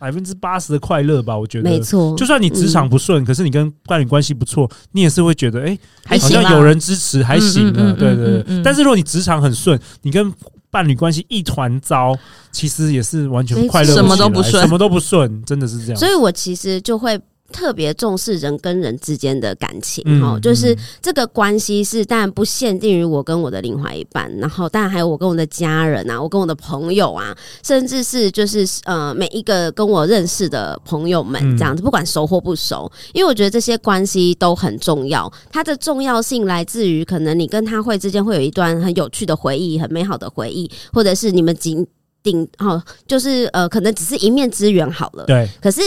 Speaker 3: 百分之八十的快乐吧。我觉得
Speaker 2: 没，错，
Speaker 3: 就算你职场不顺，可是你跟伴侣关系不错，你也是会觉得，哎、
Speaker 4: 还
Speaker 3: 好
Speaker 4: 行啦
Speaker 3: 像有人支持，还行
Speaker 4: 嗯
Speaker 3: 啊。
Speaker 4: 嗯嗯
Speaker 3: 对对对
Speaker 4: 嗯。嗯嗯
Speaker 3: 但是如果你职场很顺，你跟伴侣关系一团糟，其实也是完全
Speaker 2: 没错
Speaker 3: 快乐起来，
Speaker 2: 什么
Speaker 4: 都不顺
Speaker 3: 什么都不顺，真的是这样。
Speaker 2: 所以我其实就会特别重视人跟人之间的感情
Speaker 3: 嗯
Speaker 2: 哦，就是
Speaker 3: 嗯
Speaker 2: 这个关系是当然不限定于我跟我的另外一半，然后当然还有我跟我的家人啊，我跟我的朋友啊，甚至是就是呃每一个跟我认识的朋友们
Speaker 3: 嗯
Speaker 2: 这样子，不管熟或不熟，因为我觉得这些关系都很重要，它的重要性来自于可能你跟他会之间会有一段很有趣的回忆，很美好的回忆，或者是你们仅顶哦，就是呃可能只是一面之缘好了，
Speaker 3: 嗯对，
Speaker 2: 可是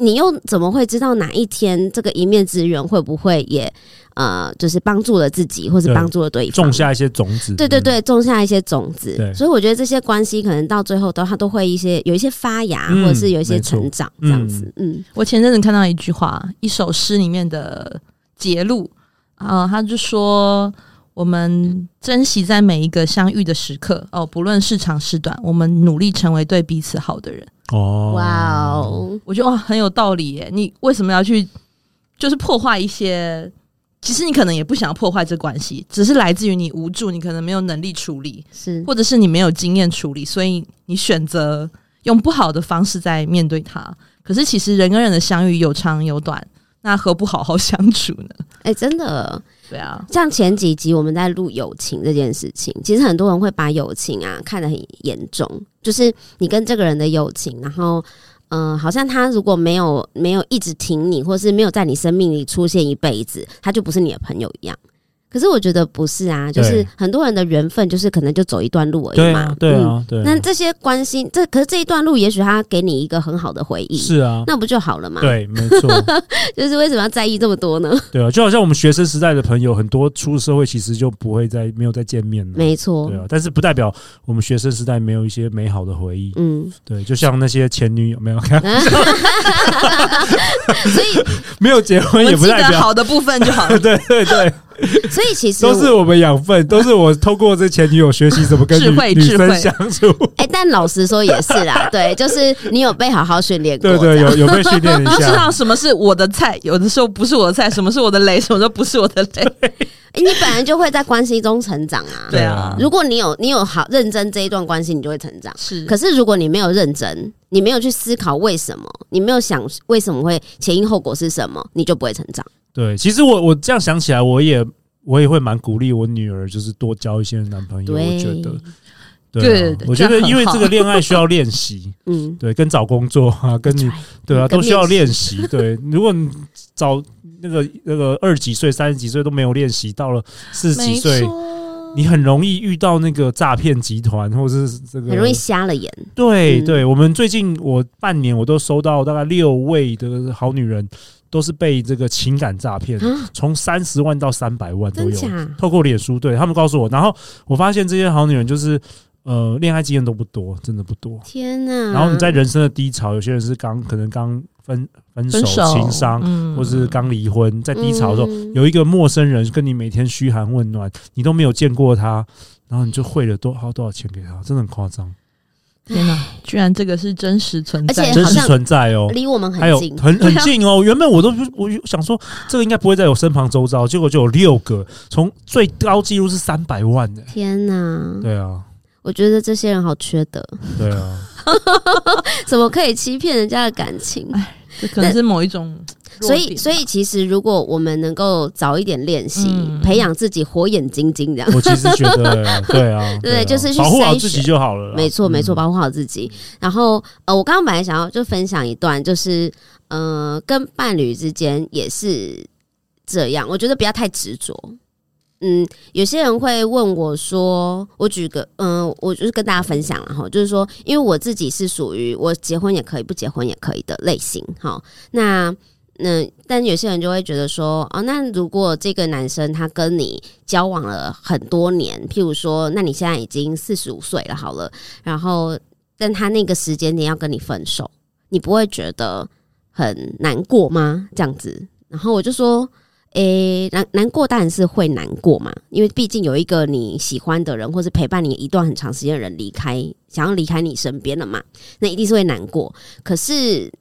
Speaker 2: 你又怎么会知道哪一天这个一面之缘会不会也呃，就是帮助了自己，或是
Speaker 3: 对
Speaker 2: 帮助了对方？
Speaker 3: 种下一些种子。
Speaker 2: 对对对，种下一些种子。
Speaker 3: 对
Speaker 2: 所以我觉得这些关系可能到最后都它都会一些有一些发芽，
Speaker 3: 嗯
Speaker 2: 或者是有一些
Speaker 3: 没错
Speaker 2: 成长这样子。嗯，
Speaker 4: 我前阵子看到一句话，一首诗里面的节录，啊、他就说。我们珍惜在每一个相遇的时刻哦，不论是长是短，我们努力成为对彼此好的人。
Speaker 3: 嗯。哦，
Speaker 2: 哇哦，
Speaker 4: 我觉得哇，很有道理耶！你为什么要去就是破坏一些？其实你可能也不想要破坏这关系，只是来自于你无助，你可能没有能力处理，
Speaker 2: 是
Speaker 4: 或者是你没有经验处理，所以你选择用不好的方式在面对它。可是其实人跟人的相遇有长有短，那何不好好相处呢？
Speaker 2: 哎、真的，
Speaker 4: 对啊，
Speaker 2: 像前几集我们在录友情这件事情，其实很多人会把友情啊看得很严重，就是你跟这个人的友情，然后。嗯、好像他如果没有没有一直挺你，或是没有在你生命里出现一辈子，他就不是你的朋友一样。可是我觉得不是啊，
Speaker 3: 对
Speaker 2: 就是很多人的缘分就是可能就走一段路而
Speaker 3: 对
Speaker 2: 已嘛
Speaker 3: 啊，，对
Speaker 2: 嗯。
Speaker 3: 啊，对啊，
Speaker 2: 那这些关心，这可是这一段路，也许他给你一个很好的回忆，
Speaker 3: 是啊，
Speaker 2: 那不就好了嘛？，
Speaker 3: 对，没错，
Speaker 2: 就是为什么要在意这么多呢？
Speaker 3: 对啊，就好像我们学生时代的朋友，很多出社会其实就不会再没有再见面了，
Speaker 2: 没错
Speaker 3: 对，啊，但是不代表我们学生时代没有一些美好的回忆，
Speaker 2: 嗯，
Speaker 3: 对，就像那些前女友没有 看，
Speaker 2: 所以
Speaker 3: 没有结
Speaker 4: 我
Speaker 3: 婚也
Speaker 4: 们
Speaker 3: 不
Speaker 4: 记
Speaker 3: 代
Speaker 4: 得
Speaker 3: 表，
Speaker 4: 好的部分就好 了。
Speaker 3: 对对 对，
Speaker 2: 所以其实
Speaker 3: 都是
Speaker 2: 我
Speaker 3: 我们养分，都是我透过这前女友学习怎么跟
Speaker 4: 智慧
Speaker 3: 女女
Speaker 4: 智慧
Speaker 3: 生相处，
Speaker 2: 哎、但老实说也是 啦，对，就是你有被好好训练过，
Speaker 3: 对对，
Speaker 2: 这样
Speaker 3: 有有被训练一
Speaker 4: 都知道
Speaker 3: 下，啊
Speaker 4: 什么是我的菜，有的时候不是我的菜，什么是我的雷，什么时候不是我的雷。
Speaker 2: 哎你本来就会在关系中成长啊。
Speaker 4: 对啊
Speaker 2: 如果你有你有好认真这一段关系，你就会成长。
Speaker 4: 是，
Speaker 2: 可 是如果你没有认真，你没有去思考为什么，你没有想为什么会前因后果是什么，你就不会成长。
Speaker 3: 对，其实我我这样想起来，我也我也会蛮鼓励我女儿，就是多交一些男朋友，我
Speaker 2: 对
Speaker 3: 觉得。对
Speaker 4: 对
Speaker 3: 啊
Speaker 4: 对对
Speaker 3: 我觉
Speaker 4: 这
Speaker 3: 得
Speaker 4: 样很
Speaker 3: 因为
Speaker 4: 好
Speaker 3: 这个恋爱需要练习，
Speaker 2: 嗯，
Speaker 3: 对，跟找工作啊，跟你对啊，
Speaker 2: 跟
Speaker 3: 都需要
Speaker 2: 练
Speaker 3: 练习。对， 如果你早那个那个二十几岁、三十几岁都没有练习，到了四十几
Speaker 4: 没
Speaker 3: 岁，
Speaker 4: 错，
Speaker 3: 你很容易遇到那个诈骗集团，或者是这个
Speaker 2: 很容易瞎了眼。
Speaker 3: 对
Speaker 2: 嗯
Speaker 3: 对，我们最近我半年我都收到大概六位的好女人，都是被这个情感诈骗，
Speaker 2: 啊
Speaker 3: 从三十万到三百万都
Speaker 2: 真
Speaker 3: 有
Speaker 2: 假，
Speaker 3: 透过脸书对他们告诉我，然后我发现这些好女人就是呃恋爱经验都不多，真的不多。
Speaker 2: 天哪！
Speaker 3: 然后你在人生的低潮，有些人是刚可能刚分分手、
Speaker 4: 分手、
Speaker 3: 情伤，
Speaker 4: 嗯
Speaker 3: 或是刚离婚，在低潮的时候，
Speaker 2: 嗯
Speaker 3: 有一个陌生人跟你每天嘘寒问暖，你都没有见过他，然后你就汇了多好多少钱给他，真的很夸张，
Speaker 4: 天哪，居然这个是真实存在
Speaker 2: 而哎且
Speaker 4: 的，
Speaker 3: 真
Speaker 2: 好
Speaker 3: 实
Speaker 2: 像
Speaker 3: 存在哦。
Speaker 2: 离我们
Speaker 3: 还有
Speaker 2: 很近，啊
Speaker 3: 很很近哦，原本我都不我想说这个应该不会在我身旁周遭，结果就有六个，从最高纪录是三百万的、
Speaker 2: 天哪！
Speaker 3: 对啊，
Speaker 2: 我觉得这些人好缺德，
Speaker 3: 对啊，
Speaker 2: 怎么可以欺骗人家的感情？
Speaker 4: 这可能是某一种弱
Speaker 2: 所
Speaker 4: 点，
Speaker 2: 以，所以其实如果我们能够早一点练习，
Speaker 4: 嗯
Speaker 2: 培养自己火眼金睛这样，
Speaker 3: 我其实觉得对 啊，
Speaker 2: 对
Speaker 3: 啊
Speaker 2: 就是去
Speaker 3: 保护好
Speaker 2: 筛
Speaker 3: 自己
Speaker 2: 选
Speaker 3: 就好了啦，
Speaker 2: 没错，没错，
Speaker 3: 嗯
Speaker 2: 保护好自己。然后，呃，我刚刚本来想要就分享一段，就是呃，跟伴侣之间也是这样，我觉得不要太执着。嗯，有些人会问我说，我举个，嗯、我就是跟大家分享了哈，就是说，因为我自己是属于我结婚也可以，不结婚也可以的类型哈。那那、但有些人就会觉得说，哦，那如果这个男生他跟你交往了很多年，譬如说，那你现在已经四十五岁了，好了，然后但他那个时间点要跟你分手，你不会觉得很难过吗？这样子，然后我就说。诶、难难过当然是会难过嘛，因为毕竟有一个你喜欢的人，或是陪伴你一段很长时间的人离开，想要离开你身边了嘛，那一定是会难过。可是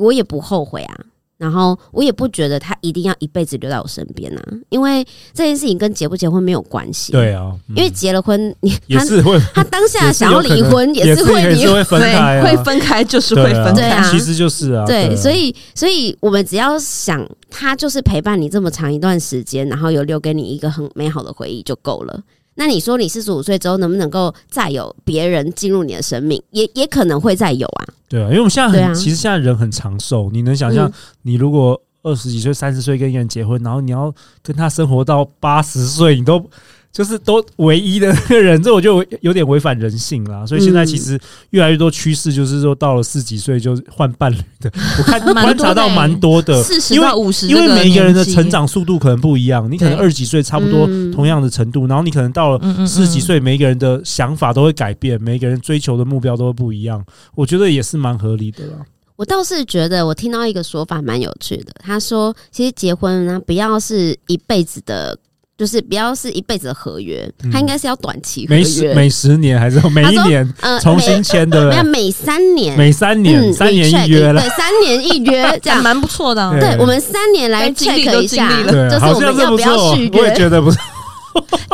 Speaker 2: 我也不后悔啊，然后我也不觉得他一定要一辈子留在我身边啊，因为这件事情跟结不结婚没有关系。
Speaker 3: 对啊，嗯
Speaker 2: 因为结了婚，你
Speaker 3: 也
Speaker 2: 他
Speaker 3: 是会
Speaker 2: 他当
Speaker 3: 也
Speaker 2: 下
Speaker 3: 是
Speaker 2: 想要
Speaker 3: 有可
Speaker 2: 离
Speaker 3: 能
Speaker 2: 婚
Speaker 3: 也
Speaker 2: 是
Speaker 3: 是
Speaker 2: 会
Speaker 3: 也
Speaker 2: 离
Speaker 3: 是
Speaker 2: 婚，
Speaker 3: 会分
Speaker 4: 对
Speaker 3: 开啊，
Speaker 4: 会分开就是会分
Speaker 2: 对
Speaker 4: 开，
Speaker 2: 啊
Speaker 3: 其实就是啊，
Speaker 2: 对，
Speaker 3: 啊
Speaker 2: 所以所以我们只要想，他就是陪伴你这么长一段时间，然后有留给你一个很美好的回忆就够了。那你说你四十五岁之后能不能够再有别人进入你的生命，也也可能会再有啊。
Speaker 3: 对啊，因为我们现在
Speaker 2: 对
Speaker 3: 很，
Speaker 2: 啊
Speaker 3: 其实现在人很长寿，你能想象
Speaker 2: 嗯
Speaker 3: 你如果二十几岁、三十岁跟一个人结婚，然后你要跟他生活到八十岁，你都就是都唯一的那个人，这我就有点违反人性啦。所以现在
Speaker 2: 嗯
Speaker 3: 其实越来越多趋势就是说，到了四十几岁就换伴侣的，我看
Speaker 4: 蛮多的欸
Speaker 3: 观察到 蛮多的，
Speaker 4: 四十
Speaker 3: 因为
Speaker 4: 到五十，
Speaker 3: 因为每一个人的成，长速度可能不一样，你可能
Speaker 4: 对
Speaker 3: 二十几岁差不多
Speaker 2: 嗯
Speaker 3: 同样的程度，然后你可能到了
Speaker 4: 嗯嗯，嗯
Speaker 3: 四十几，岁，每一个人的想法都会改变，每一个人追求的目标都会不一样，我觉得也是蛮合理的啦。
Speaker 2: 我倒是觉得，我听到一个说法蛮有趣的。他说，其实结婚呢，不要是一辈子的，就是不要是一辈子的合约，
Speaker 3: 嗯
Speaker 2: 它应该是要短期合
Speaker 3: 每十
Speaker 2: 约。
Speaker 3: 每十年还是每一年
Speaker 2: 呃，
Speaker 3: 重
Speaker 2: 每
Speaker 3: 新签的
Speaker 2: 没有，每三年，
Speaker 3: 每三年
Speaker 2: 嗯
Speaker 3: 三
Speaker 2: 你
Speaker 3: 年
Speaker 2: check
Speaker 3: 一约了
Speaker 2: 对，，三年一约这
Speaker 4: 这样
Speaker 2: 样。
Speaker 4: 蛮不错的啊。
Speaker 3: 对
Speaker 2: 对，我们三年来
Speaker 4: 该经历
Speaker 2: check
Speaker 4: 都
Speaker 2: 一下
Speaker 4: 经历，了
Speaker 3: 对，
Speaker 2: 就是
Speaker 3: 好
Speaker 2: 我
Speaker 3: 像
Speaker 2: 们
Speaker 3: 是
Speaker 2: 要
Speaker 3: 不
Speaker 2: 不要
Speaker 3: 错
Speaker 2: 续约，，
Speaker 3: 我也觉得不是。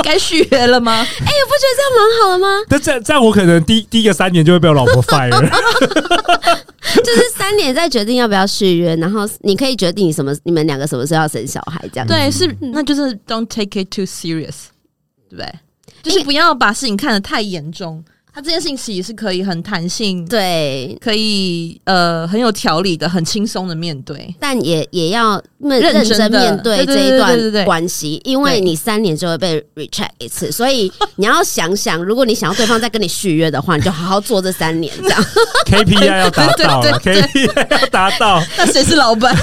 Speaker 4: 该续约 了吗？
Speaker 2: 蛮好的吗？
Speaker 3: 但这样这样我可能第第一个三年就会被我老 婆 fire，
Speaker 2: 就是三年再决定要不要续约，然后你可以决定你什么，你们两个什么时候要生小孩这样。
Speaker 3: 嗯
Speaker 4: 对，是，那就是 don't take it too serious，对不对？就是不要把事情看得太严重，他这件事情其实是可以很弹性，
Speaker 2: 对，
Speaker 4: 可以呃很有条理的、很轻松的面对。
Speaker 2: 但也也要认
Speaker 4: 认
Speaker 2: 认
Speaker 4: 真
Speaker 2: 真
Speaker 4: 的
Speaker 2: 面对
Speaker 4: 对对
Speaker 2: 这一
Speaker 4: 对对对
Speaker 2: 段
Speaker 4: 对
Speaker 2: 关系，因为你三年就会被 recheck 一次，所以你要想想，如果你想要对方再跟你续约的话，你就好好做这三年， 这样
Speaker 3: KPI 要达到了
Speaker 4: 对对
Speaker 3: ，KPI 要达到，
Speaker 4: 那谁是老 板？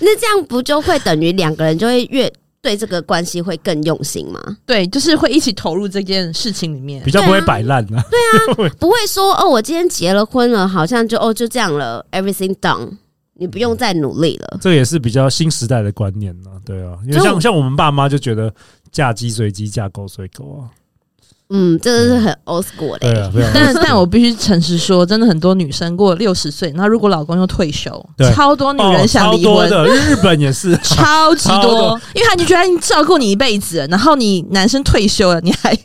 Speaker 2: 那这样不就会等于两个人就会越对这个关系会更用心吗？
Speaker 4: 对，就是会一起投入这件事情里面
Speaker 3: 比。较不会摆烂啊。
Speaker 2: 不会说哦，我今天结了婚了，好像就哦就这样了，everything done，你不用再努力了。
Speaker 3: 这也是比较新时代的观念呢、对啊，因为
Speaker 2: 就
Speaker 3: 像像我们爸妈就觉得嫁鸡随鸡，嫁狗随狗啊，
Speaker 2: 嗯，这个是很 old school 的、
Speaker 3: 对啊，对啊，
Speaker 4: 但 但我必须诚实说，真的很多女生过六十岁，那如果老公又退休
Speaker 3: 对，
Speaker 4: 超多女人想
Speaker 3: 哦超
Speaker 4: 离
Speaker 3: 多
Speaker 4: 婚，，
Speaker 3: 的，日本也是
Speaker 4: 超级
Speaker 3: 超
Speaker 4: 多
Speaker 3: 多，
Speaker 4: 因为他就觉得他已经照顾你一辈子了，然后你男生退休了，你还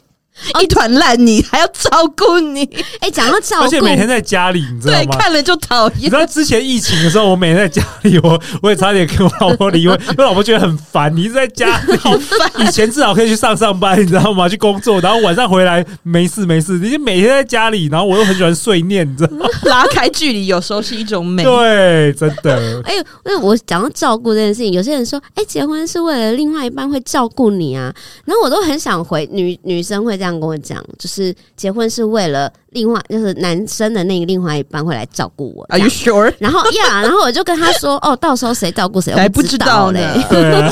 Speaker 4: 一团烂泥，还要照顾你，
Speaker 2: 哎、讲到照
Speaker 3: 而且每天
Speaker 2: 顾，
Speaker 3: 在家里，你知道
Speaker 4: 对，
Speaker 3: 吗？
Speaker 4: 看了就讨
Speaker 3: 你
Speaker 4: 厌
Speaker 3: 知。道之前疫情的时候，我每天在家里，我 我也差点跟我老婆离婚， 因为老婆觉得很烦，你一直在 家里。以前至少可以去上上班，你知道吗？去工作，然后晚上回来没事没事，你就每天在家里，然后我又很喜欢碎念，你知道吗？
Speaker 4: 拉开距离有时候是一种 美。
Speaker 3: 对，真的。
Speaker 2: 哎、因为我讲到照顾这件事情，有些人说，哎、结婚是为了另外一半会照顾你啊，然后我都很想回女女生会这样跟我讲，就是结婚是为了另外，就是男生的那个另外一半会来照顾我。
Speaker 4: Are you sure？
Speaker 2: 然后呀，然后我就跟他说，哦，到时候谁照顾谁，我
Speaker 4: 还不知道
Speaker 2: 嘞。
Speaker 4: 呢。
Speaker 3: 对啊，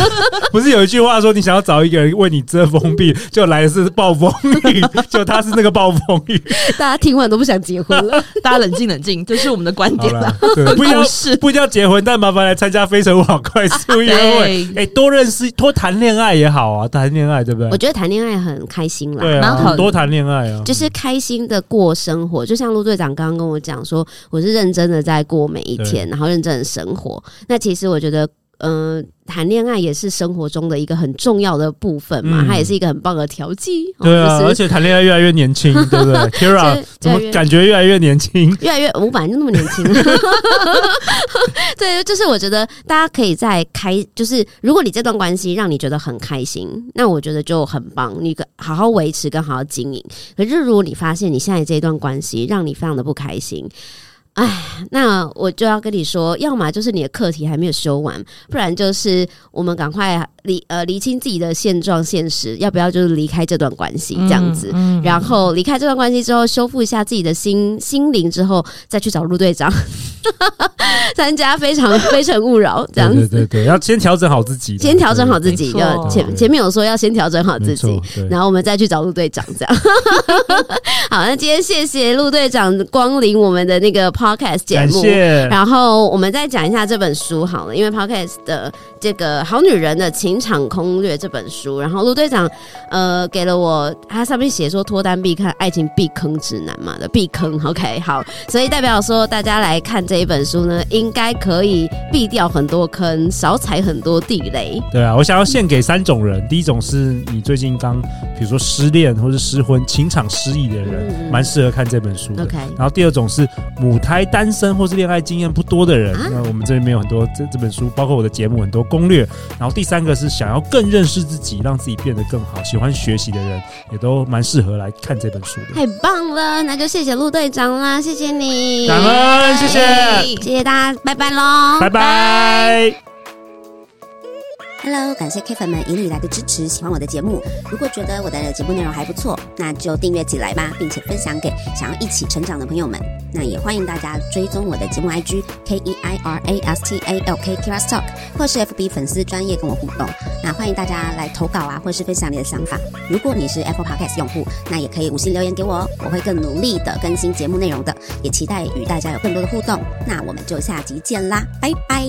Speaker 3: 不是有一句话说，你想要找一个人为你遮风避，就来的是暴风雨，就他是那个暴风雨。
Speaker 2: 大家听完都不想结婚了。
Speaker 4: 大家冷静冷静，这是我们的观
Speaker 3: 好
Speaker 4: 点
Speaker 3: 啦
Speaker 4: 啦。，
Speaker 2: 啊
Speaker 3: 对，不一定要
Speaker 4: 故事
Speaker 3: 不一定要结婚，但麻烦来参加《非诚勿扰》快速约 会。哎、
Speaker 4: 对
Speaker 3: 多认识、多谈恋爱也好啊，谈恋爱对不
Speaker 2: 我
Speaker 3: 对？
Speaker 2: 觉得谈恋爱很开心啦，
Speaker 3: 对
Speaker 4: 蛮好
Speaker 3: 啊，
Speaker 4: 的
Speaker 3: 多谈恋爱啊，
Speaker 2: 就是哦开心的过生活，就像陆队长刚刚跟我讲说，我是认真的在过每一天，然后认真的生活。那其实我觉得，嗯、谈恋爱也是生活中的一个很重要的部分嘛，
Speaker 3: 嗯
Speaker 2: 它也是一个很棒的调剂。哦
Speaker 3: 对啊，
Speaker 2: 就
Speaker 3: 而
Speaker 2: 是
Speaker 3: 且谈恋爱越来越年轻，对 不对
Speaker 2: 就
Speaker 3: ？Kira
Speaker 2: 是
Speaker 3: 怎
Speaker 2: 越来越
Speaker 3: 么感觉越来越年轻？
Speaker 2: 越来越，我本来就那么年 轻。对，就是我觉得大家可以在开，就是如果你这段关系让你觉得很开心，那我觉得就很棒，你可好好维持跟好好经营。可是如果你发现你现在这一段关系让你非常的不开心，哎，那我就要跟你说，要么就是你的课题还没有修完，不然就是我们赶快理呃厘清自己的现状现实，要不要就是离开这段关系这样子。
Speaker 3: 嗯
Speaker 2: 然后离开这段关系之后，修复一下自己的心心灵之后，再去找陆队长 参加非常非诚勿扰这样
Speaker 3: 对对
Speaker 2: 子。
Speaker 3: 对对，要先调整好自己，
Speaker 2: 先调整好自己，
Speaker 4: 没错
Speaker 2: 要前前面有说要先调整好
Speaker 3: 对对
Speaker 2: 自
Speaker 3: 没
Speaker 2: 己
Speaker 3: 错，，对
Speaker 2: 然后我们再去找陆队长，这样。 好，那今天谢谢陆队长光临我们的那个 podcast 节
Speaker 3: 感
Speaker 2: 目。
Speaker 3: 谢。
Speaker 2: 然后我们再讲一下这本书好了，因为 podcast 的这个《好女人的情场攻略》这本书，然后陆队长呃给了我，他上面写说脱单必看，爱情必坑指南嘛的必坑，OK 好，所以代表说大家来看这一本书呢，应该可以避掉很多坑，少踩很多地雷。
Speaker 3: 对啊，我想要献给三种人。第一种是你最近刚，比如说失恋或是失婚、情场失意的
Speaker 2: 嗯
Speaker 3: 人，蛮适合看这本书的。
Speaker 2: OK
Speaker 3: 然后第二种是母胎单身或是恋爱经验不多的人，
Speaker 2: 啊
Speaker 3: 那我们这里面有很多这这本书，包括我的节目很多攻略。然后第三个是想要更认识自己，让自己变得更好，喜欢学习的人也都蛮适合来看这本书的。
Speaker 2: 太棒了，那就谢谢陆队长啦，谢谢你，
Speaker 3: 感恩，谢谢，
Speaker 2: 谢谢大家，拜拜喽，
Speaker 3: 拜拜
Speaker 1: Hello，感谢 K 粉们一路以来的支持，喜欢我的节目，如果觉得我的节目内容还不错，那就订阅起来吧，并且分享给想要一起成长的朋友们。那也欢迎大家追踪我的节目 IG K E I R A S T A L K Kira Talk，或是 FB 粉丝专业跟我互动。那欢迎大家来投稿啊，或是分享你的想法。如果你是 Apple Podcast 用户，那也可以五星留言给我哦，我会更努力的更新节目内容的，也期待与大家有更多的互动。那我们就下集见啦，拜拜。